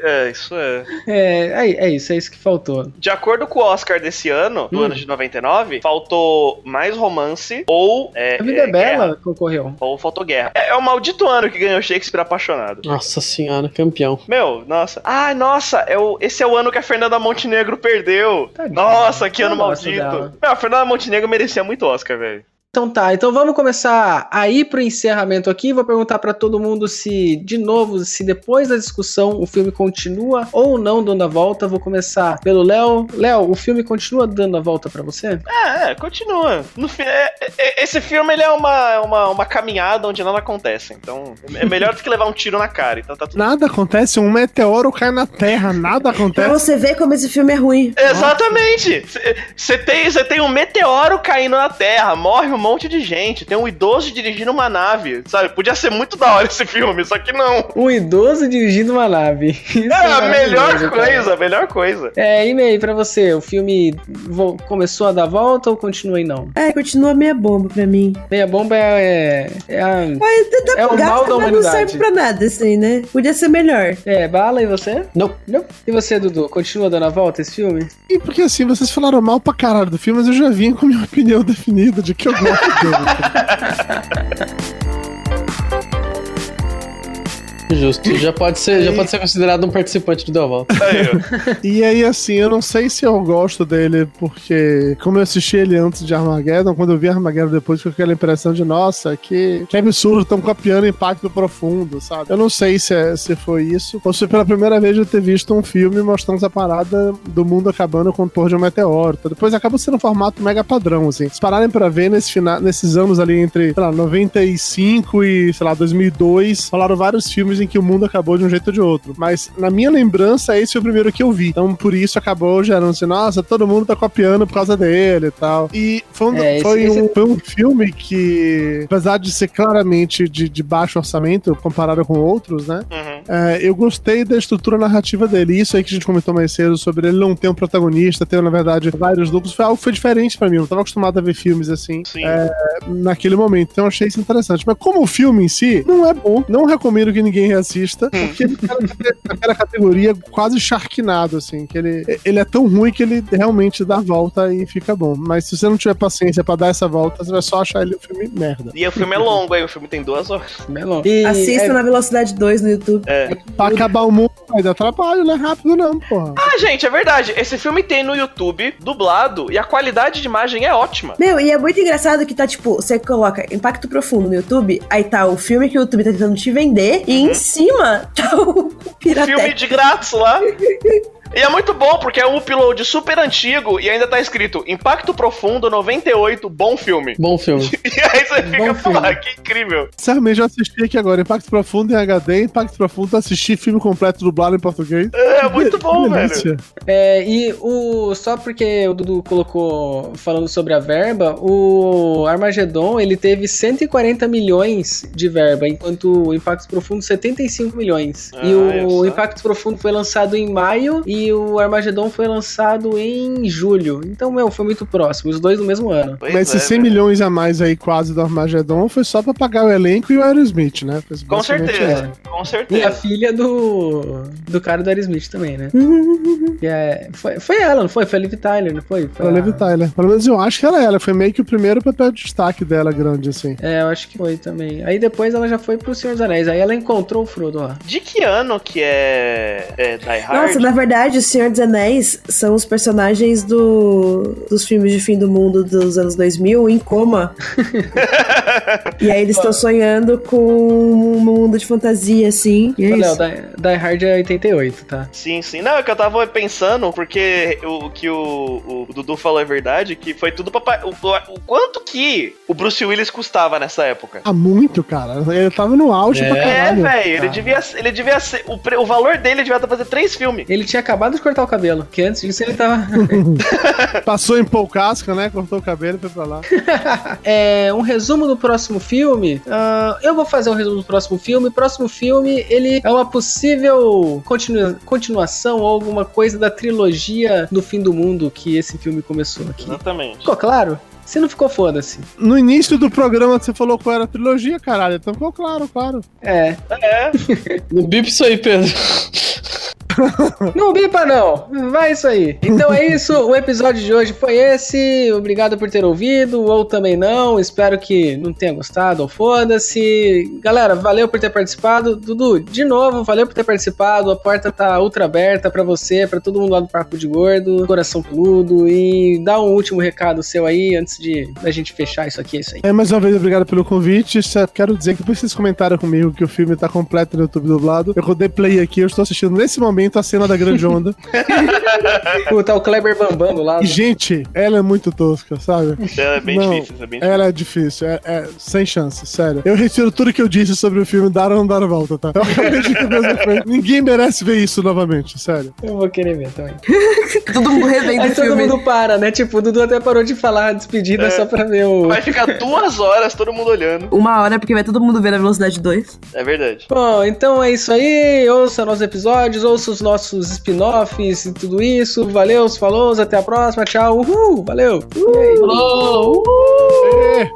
S2: É, isso é.
S1: É, é, é isso, é isso que faltou.
S2: De acordo com o Oscar desse ano,
S1: Hum.
S2: do ano de 99, faltou mais romance ou. É,
S1: A Vida é, Bela
S2: guerra.
S1: concorreu.
S2: Ou faltou guerra. É, é o maldito ano que ganhou Shakespeare apaixonado.
S6: Nossa senhora, campeão.
S2: Meu, nossa. Ai, nossa, é o, esse é o ano que a Fernanda Montenegro perdeu.
S1: Tadinha.
S2: Nossa, que
S1: Eu
S2: ano
S1: gosto
S2: maldito.
S1: dela.
S2: Meu, a Fernanda Montenegro merecia muito Oscar, velho.
S1: Então tá, então vamos começar a ir pro encerramento aqui. Vou perguntar pra todo mundo se, de novo, se depois da discussão o filme continua ou não dando a volta. Vou começar pelo Léo. Léo, o filme continua dando a volta pra você?
S2: É, é, continua. No fi- é, é, esse filme ele é uma, uma, uma caminhada onde nada acontece. Então, é melhor do que levar um tiro na cara. Então tá tudo.
S5: Nada acontece, um meteoro cai na Terra, nada
S1: É.
S3: Pra
S5: acontece.
S3: você ver como esse filme é ruim.
S2: Exatamente! Você tem, cê tem um meteoro caindo na Terra, morre um monte de gente, tem um idoso dirigindo uma nave, sabe? Podia ser muito da hora esse filme, só que não.
S1: Um idoso dirigindo uma nave. Isso
S2: É a melhor
S1: maravilhoso, cara.
S2: coisa, a melhor coisa.
S1: É, e-mail pra você. O filme vo- começou a dar volta ou continua e não?
S3: É, continua meia bomba pra mim.
S1: Meia bomba é, é, é a.
S3: Mas dá
S1: É o
S3: pro gato,
S1: mal da
S3: mas não
S1: humanidade.
S3: serve pra nada, assim, né? Podia ser melhor.
S1: É, bala e você?
S6: Não.
S1: Não. E você, Dudu? Continua dando a volta esse filme?
S5: E porque assim, vocês falaram mal pra caralho do filme, mas eu já vim com minha opinião definida de que eu gosto dele.
S6: Justo. Já pode ser, já pode ser considerado um participante do Deu a Volta.
S2: Tá Aí, ó.
S5: E aí, assim, eu não sei se eu gosto dele, porque como eu assisti ele antes de Armageddon, quando eu vi Armageddon depois, ficou aquela impressão de, nossa, que, que absurdo, estão copiando impacto profundo, sabe? Eu não sei se, é- se foi isso, ou se pela primeira vez eu ter visto um filme mostrando essa parada do mundo acabando com o pôr de um meteoro. Então, Depois acaba sendo um formato mega padrão, assim. Se pararem pra ver nesse fina- nesses anos ali entre, sei lá, 95 e, sei lá, 2002, falaram vários filmes em que o mundo acabou de um jeito ou de outro. Mas, na minha lembrança, esse foi o primeiro que eu vi. Então, por isso acabou gerando assim, nossa, todo mundo tá copiando por causa dele e tal. E foi um,
S1: É, esse-
S5: foi
S1: esse-
S5: um- foi um filme que, apesar de ser claramente de, de baixo orçamento comparado com outros, né?
S2: Uhum.
S5: É, eu gostei da estrutura narrativa dele. Isso aí que a gente comentou mais cedo sobre ele não ter um protagonista, ter, na verdade, vários duplos. Foi algo que foi diferente pra mim. Eu não tava acostumado a ver filmes assim
S2: Sim.
S5: naquele momento. Então eu achei isso interessante. Mas como o filme em si não é bom, não recomendo que ninguém reassista, porque ele tá naquela- naquela categoria quase charquinado, assim, que ele, ele é tão ruim que ele realmente dá a volta e fica bom. Mas se você não tiver paciência pra dar essa volta, você vai só achar ele um filme merda.
S2: E o filme é longo, hein? O filme tem duas horas.
S1: Melon. E
S3: Assista
S1: é,
S3: na velocidade 2 no YouTube.
S5: Pra acabar o mundo, vai dar trabalho, não é rápido não, porra.
S2: Ah, gente, é verdade. Esse filme tem no YouTube, dublado, e a qualidade de imagem é ótima.
S3: Meu, e é muito engraçado que tá, tipo, você coloca Impacto Profundo no YouTube, aí tá o filme que o YouTube tá tentando te vender, e
S1: Uhum.
S3: em cima tá o
S2: Filme
S3: Piratec.
S2: de grátis lá. E é muito bom, porque é um upload super antigo e ainda tá escrito Impacto Profundo 98, bom filme.
S6: Bom filme.
S2: E aí você fica,
S1: Bom
S2: pô,
S1: filme.
S2: que incrível.
S5: Sinceramente, eu assisti aqui agora Impacto Profundo em HD, Impacto Profundo, assisti filme completo dublado em português.
S2: É muito bom,
S5: Que
S2: velho.
S5: delícia.
S1: é, e o. Só porque o Dudu colocou falando sobre a verba, o Armagedon ele teve 140 milhões de verba, enquanto o Impacto Profundo 75 milhões.
S2: Ah,
S1: e
S2: olha
S1: o
S2: só.
S1: Impacto Profundo foi lançado em maio e o Armagedon foi lançado em julho. Então, meu, foi muito próximo, os dois no mesmo ano.
S2: Pois
S5: Mas
S2: é,
S5: esses 100
S2: velho.
S5: milhões a mais aí quase do Armagedon foi só pra pagar o elenco e o Aerosmith, né? Foi
S2: Com
S5: basicamente isso.
S2: certeza, com
S1: E a
S2: certeza.
S1: filha do. do cara do Aerosmith também, né? Que é- foi, foi ela, não foi? Foi a Liv Tyler, não foi? Foi
S5: Pra
S1: a-
S5: Liv Tyler. Pelo menos eu acho que era ela. Foi meio que o primeiro papel de destaque dela grande, assim.
S1: É, eu acho que foi também. Aí depois ela já foi pro Senhor dos Anéis. Aí ela encontrou o Frodo lá.
S2: De que ano que é, é Die Hard?
S3: Nossa, né? na verdade, o Senhor dos Anéis são os personagens do, dos filmes de fim do mundo dos anos 2000 em coma. e aí eles estão sonhando com um mundo de fantasia assim. E é
S1: Léo,
S3: isso.
S1: Die, Die Hard é 88, tá?
S2: Sim, sim. Não, é que eu tava pensando, porque o o que o, o Dudu falou é verdade, que foi tudo pra. pa- O, o- o quanto que o Bruce Willis custava nessa época?
S5: Ah, muito, cara. Ele tava no auge pra
S2: É,
S5: caralho.
S2: velho, ele devia, ele devia ser. O, pre- o valor dele devia estar fazer três filmes.
S1: Ele tinha acabado de cortar o cabelo, que antes disso ele tava.
S5: Passou em Poucasca, né? Cortou o cabelo e foi pra lá.
S1: é, um resumo do próximo filme. Ah, eu vou fazer um resumo do próximo filme. O próximo filme, ele é uma possível continu- continuação ou alguma coisa da trilogia do fim do mundo que esse filme começou aqui.
S2: Exatamente.
S1: Ficou claro? Se não ficou, foda-se.
S5: No início do programa você falou qual era a trilogia, caralho. Então ficou claro, claro.
S1: É.
S2: É,
S6: No bip isso aí, Pedro.
S1: Não bipa, não. Vai isso aí. Então é isso. O episódio de hoje foi esse. Obrigado por ter ouvido, ou também não. Espero que não tenha gostado, ou foda-se. Galera, valeu por ter participado. Dudu, de novo, valeu por ter participado. A porta tá ultra aberta pra você, pra todo mundo lá do Papo de Gordo. Coração peludo. E dá um último recado seu aí, antes de da gente fechar isso aqui. É isso aí.
S5: É, mais uma vez, obrigado pelo convite. Só quero dizer que depois vocês comentaram comigo que o filme tá completo no YouTube dublado. Eu rodei play aqui, eu estou assistindo nesse momento a cena da Grande Onda.
S1: Puta, o Kleber bambando lá.
S5: E, gente, ela é muito tosca, sabe?
S2: é bem
S5: Não,
S2: difícil, isso é bem difícil.
S5: Ela é difícil, é, é sem chance, sério. Eu retiro tudo que eu disse sobre o filme Dar ou não dar a volta, tá? Eu acabei de começar com ele. Ninguém merece ver isso novamente, sério.
S1: Eu vou querer ver também.
S3: Todo mundo revendo
S1: Aí
S3: o
S1: todo É.
S3: filme.
S1: mundo para, né? Tipo, o Dudu até parou de falar a despedida só pra ver o.
S2: Vai ficar duas horas todo mundo olhando.
S3: Uma hora, porque vai todo mundo ver na velocidade 2.
S2: É verdade.
S1: Bom, então é isso aí. Ouça nossos episódios, ouça os nossos spin-offs e tudo isso. Valeu, falou, até a próxima. Tchau. Uhul, valeu.
S6: uh!
S5: É.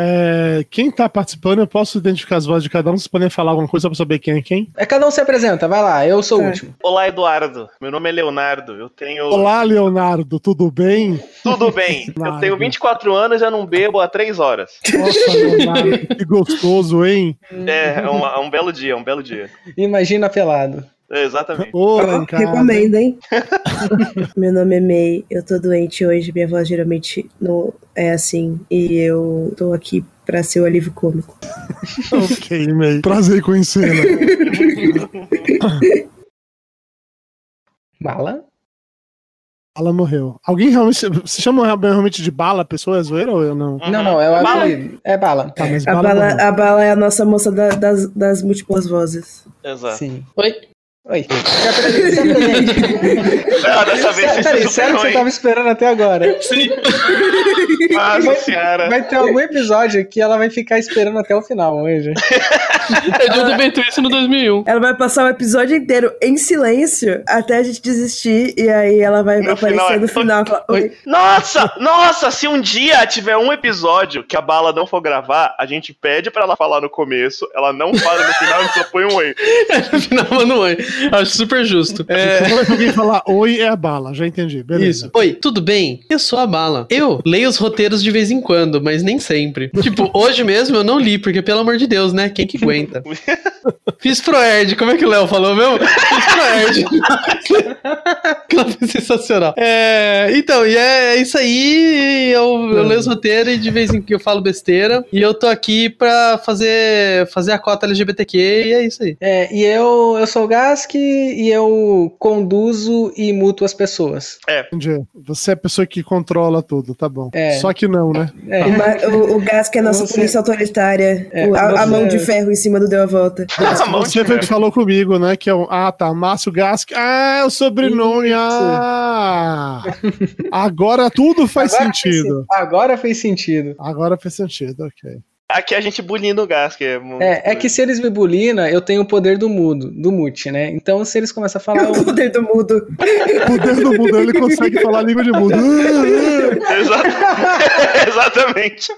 S5: É, quem tá participando, eu posso identificar as vozes de cada um. Vocês podem falar alguma coisa pra saber quem é quem?
S1: É, cada um se apresenta, vai lá, eu sou o
S3: Tá.
S1: último.
S2: Olá, Eduardo. Meu nome é Leonardo. Eu tenho.
S5: Olá, Leonardo, tudo bem?
S2: Tudo bem. Eu
S5: Leonardo.
S2: tenho 24 anos e já não bebo há três horas.
S5: Nossa, Leonardo, que gostoso, hein?
S2: É, é um, é um belo dia, é um belo dia.
S1: Imagina pelado.
S2: É, exatamente.
S5: Ô, cara.
S3: Recomendo, hein? Meu nome é May, eu tô doente hoje, minha voz geralmente não é assim. E eu tô aqui pra ser o alívio cômico.
S5: Ok, May. Prazer em conhecê-la.
S1: Bala?
S5: Ela morreu. Alguém realmente. Você chama realmente de bala a pessoa? É zoeira ou eu não?
S1: Não, não, é o
S2: Uhum. Bala.
S1: apelido. É bala.
S5: Tá, mas
S3: A
S5: bala.
S3: bala,
S5: morreu.
S3: a Bala é a nossa moça da- das, das múltiplas vozes.
S1: é
S2: Exato.
S1: Sim.
S6: Oi?
S1: Oi. Se apresente, se apresente.
S2: Ah, dessa vez
S1: Sério,
S2: vocês
S1: Peraí, sério que
S2: estão super
S1: você tá
S2: ruim. É.
S1: tava esperando até agora?
S2: Nossa senhora.
S1: Vai ter algum episódio que ela vai ficar esperando até o final hoje.
S6: Eu já inventou isso no 2001.
S3: Ela vai passar o episódio inteiro em silêncio até a gente desistir. E aí ela vai
S2: No
S3: aparecer
S2: final é-
S3: no final. e falar, "Oi,
S2: Nossa, nossa, se um dia tiver um episódio que a bala não for gravar, a gente pede pra ela falar no começo, ela não fala no final e só põe um oi.
S6: No final, mano, oi. é. Acho super justo. É.
S5: Então, Quando alguém falar oi, é a bala. Já entendi. Beleza.
S6: Isso. Oi, tudo bem? Eu sou a Bala. Eu leio os roteiros de vez em quando, mas nem sempre. Tipo, hoje mesmo eu não li, porque pelo amor de Deus, né? Quem que aguenta? Fiz Proerd, como é que o Léo falou mesmo? Fiz Proerd. Aquela foi sensacional. É, então, e é, é isso aí. Eu, eu leio os roteiros e de vez em que eu falo besteira. E eu tô aqui pra fazer, fazer a cota LGBTQ e é isso aí.
S1: É, e eu, eu sou o Gask e eu conduzo e muto as pessoas.
S5: Entendi. Você é a pessoa que controla tudo, tá bom.
S1: É.
S5: Só que não, né?
S1: É.
S2: Uhum.
S3: Mas o, o Gás que é a nossa
S1: Você-
S3: polícia autoritária.
S1: É,
S3: O- a, a
S1: você-
S3: mão de ferro em cima do Deu a Volta.
S2: Ah, mão de
S5: Você foi que
S2: merda.
S5: falou comigo, né? Que é um. Ah, tá. Márcio Gasque. Ah, é o sobrenome.
S1: Isso.
S5: Ah! Agora tudo faz
S1: Agora fez
S5: sentido.
S1: sen- agora fez sentido.
S5: Agora faz sentido, ok.
S2: Aqui a gente bulindo o gás, que é muito.
S1: É, é que se eles me bulinam, eu tenho o poder do mudo, do mute, né? Então se eles começam a falar.
S3: O
S1: eu-
S3: poder do mudo.
S5: O poder do mundo, ele consegue falar a
S2: É,
S5: língua de mundo.
S2: Exa- Exatamente.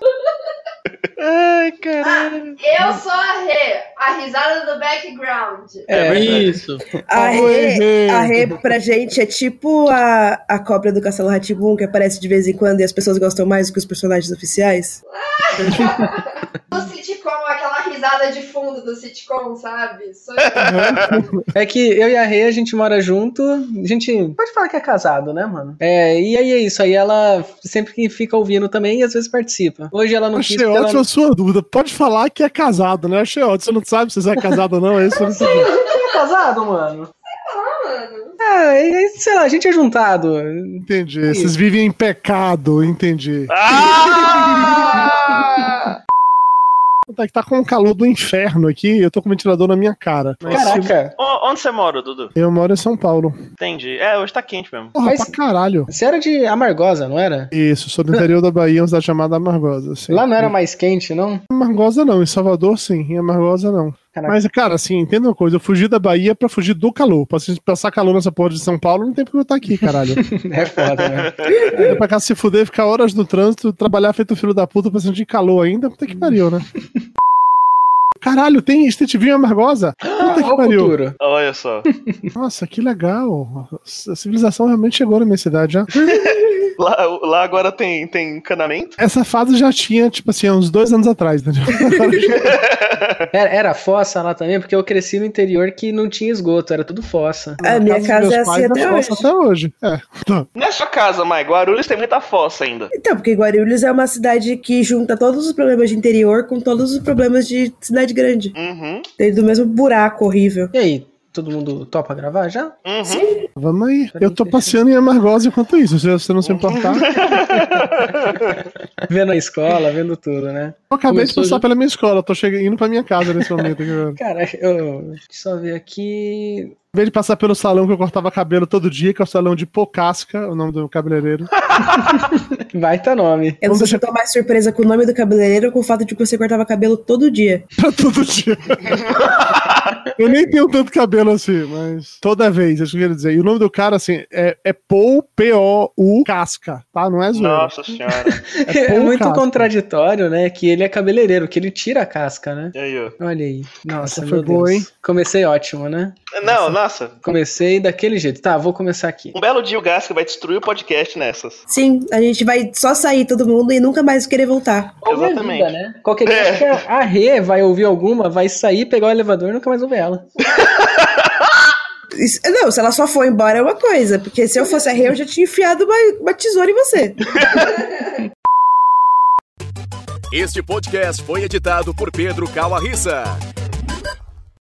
S2: Ai, caralho.
S9: Eu sou a Rê, a risada do background.
S1: É,
S6: Isso.
S3: A
S5: Oi,
S3: Rê,
S5: Rê.
S3: é, a Rê pra gente é tipo a, a cobra do Castelo Ratibum que aparece de vez em quando e as pessoas gostam mais do que os personagens oficiais.
S9: Do sitcom, aquela risada de fundo do sitcom, sabe? Sou eu.
S1: É que eu e a Rê, a gente mora junto. A gente pode falar que é casado, né, mano? É, e aí é isso. Aí ela sempre que fica ouvindo também e às vezes participa. Hoje ela não
S5: Achei
S1: quis. porque ela
S5: ótima a sua dúvida. Pode falar que é casado, né? Achei ótimo. Você não sabe se você é casado ou não, é isso? que eu não entendi.
S1: não é casado, mano.
S9: Ah, mano.
S1: Ah, e- e, sei lá, a gente é juntado.
S5: Entendi. Vocês vivem em pecado, entendi.
S2: Ah!
S5: Tá, que tá com um calor do inferno aqui, eu tô com um ventilador na minha cara. Mas
S1: Caraca.
S2: O- onde você mora, Dudu?
S5: Eu moro em São Paulo.
S2: Entendi. É, hoje tá quente mesmo.
S5: Porra,
S1: Mas-
S5: pra caralho.
S1: Você era de Amargosa, não era?
S5: Isso, sou do interior da Bahia, uma cidade chamada Amargosa. Sim.
S1: Lá não era mais quente, não?
S5: Em Amargosa não, em Salvador sim, em Amargosa não.
S1: Caraca.
S5: Mas, cara, assim, entenda uma coisa, eu fugi da Bahia pra fugir do calor. Pra se passar calor nessa porra de São Paulo, não tem porque eu estar aqui, caralho.
S1: É foda, né?
S5: Ainda É, pra cá se fuder, ficar horas no trânsito, trabalhar feito filho da puta pra sentir calor ainda, puta que pariu, né? Caralho, tem Street View em Amargosa?
S3: Ah,
S5: Puta
S1: Olha
S5: que
S1: o
S5: pariu.
S1: futuro.
S2: Olha só.
S5: Nossa, que legal. A civilização realmente chegou na minha cidade já.
S2: Lá, lá agora tem, tem encanamento?
S5: Essa fase já tinha, tipo assim, há uns dois anos atrás, entendeu?
S1: Era, era fossa lá também, porque eu cresci no interior que não tinha esgoto, era tudo fossa.
S3: A minha
S5: Ah, dos
S3: casa
S5: tá meus
S3: é assim
S5: pais, na
S3: até hoje.
S5: Fossa até hoje. É. Tá.
S2: Não é sua casa, Mai. Guarulhos tem muita fossa ainda.
S3: Então, porque Guarulhos é uma cidade que junta todos os problemas de interior com todos os problemas de cidade grande.
S2: Uhum.
S3: Dentro do mesmo buraco horrível.
S1: E aí, todo mundo topa gravar já?
S2: Uhum.
S5: Vamos aí. Eu tô passeando em Amargosa enquanto isso, se você não se importar.
S1: Vendo a escola, vendo tudo, né?
S5: Eu acabei de
S6: Começou
S5: passar
S6: já.
S5: pela minha escola, tô chegando, indo pra minha casa nesse momento. aqui, velho.
S1: Cara, eu. Deixa eu só ver aqui.
S5: Em vez de passar pelo salão que eu cortava cabelo todo dia, que é o salão de Pocasca, o nome do cabeleireiro.
S1: Vai tá nome.
S3: Eu não sei se eu tô mais surpresa com o nome do cabeleireiro ou com o fato de que você cortava cabelo todo dia.
S5: Pra todo dia. eu nem tenho tanto cabelo assim, mas toda vez, acho que eu queria dizer. E o nome do cara, assim, é, é Paul, P-O-U, Casca, tá? Não é zoeira.
S2: Nossa senhora.
S5: É
S1: É,
S5: pouca
S1: muito
S5: casca.
S1: contraditório, né? Que ele é cabeleireiro, que ele tira a casca, né?
S2: E aí, ó.
S1: Olha aí. Nossa,
S5: Essa
S1: meu
S5: foi boa,
S1: Deus.
S5: hein?
S1: Comecei ótimo, né?
S2: Não, nossa.
S1: Comecei daquele jeito. Tá, vou começar aqui.
S2: Um belo dia o Gasca vai destruir o podcast nessas.
S3: Sim, a gente vai só sair todo mundo e nunca mais querer voltar.
S1: Ouve a
S2: Exatamente.
S1: vida, né? Qualquer dia que a a Rê vai ouvir alguma, vai sair, pegar o elevador e nunca mais ouvir ela.
S3: Isso- não, se ela só for embora é uma coisa, porque se eu fosse a Rê, eu já tinha enfiado uma, uma tesoura em você.
S10: Este podcast foi editado por Pedro Calarissa.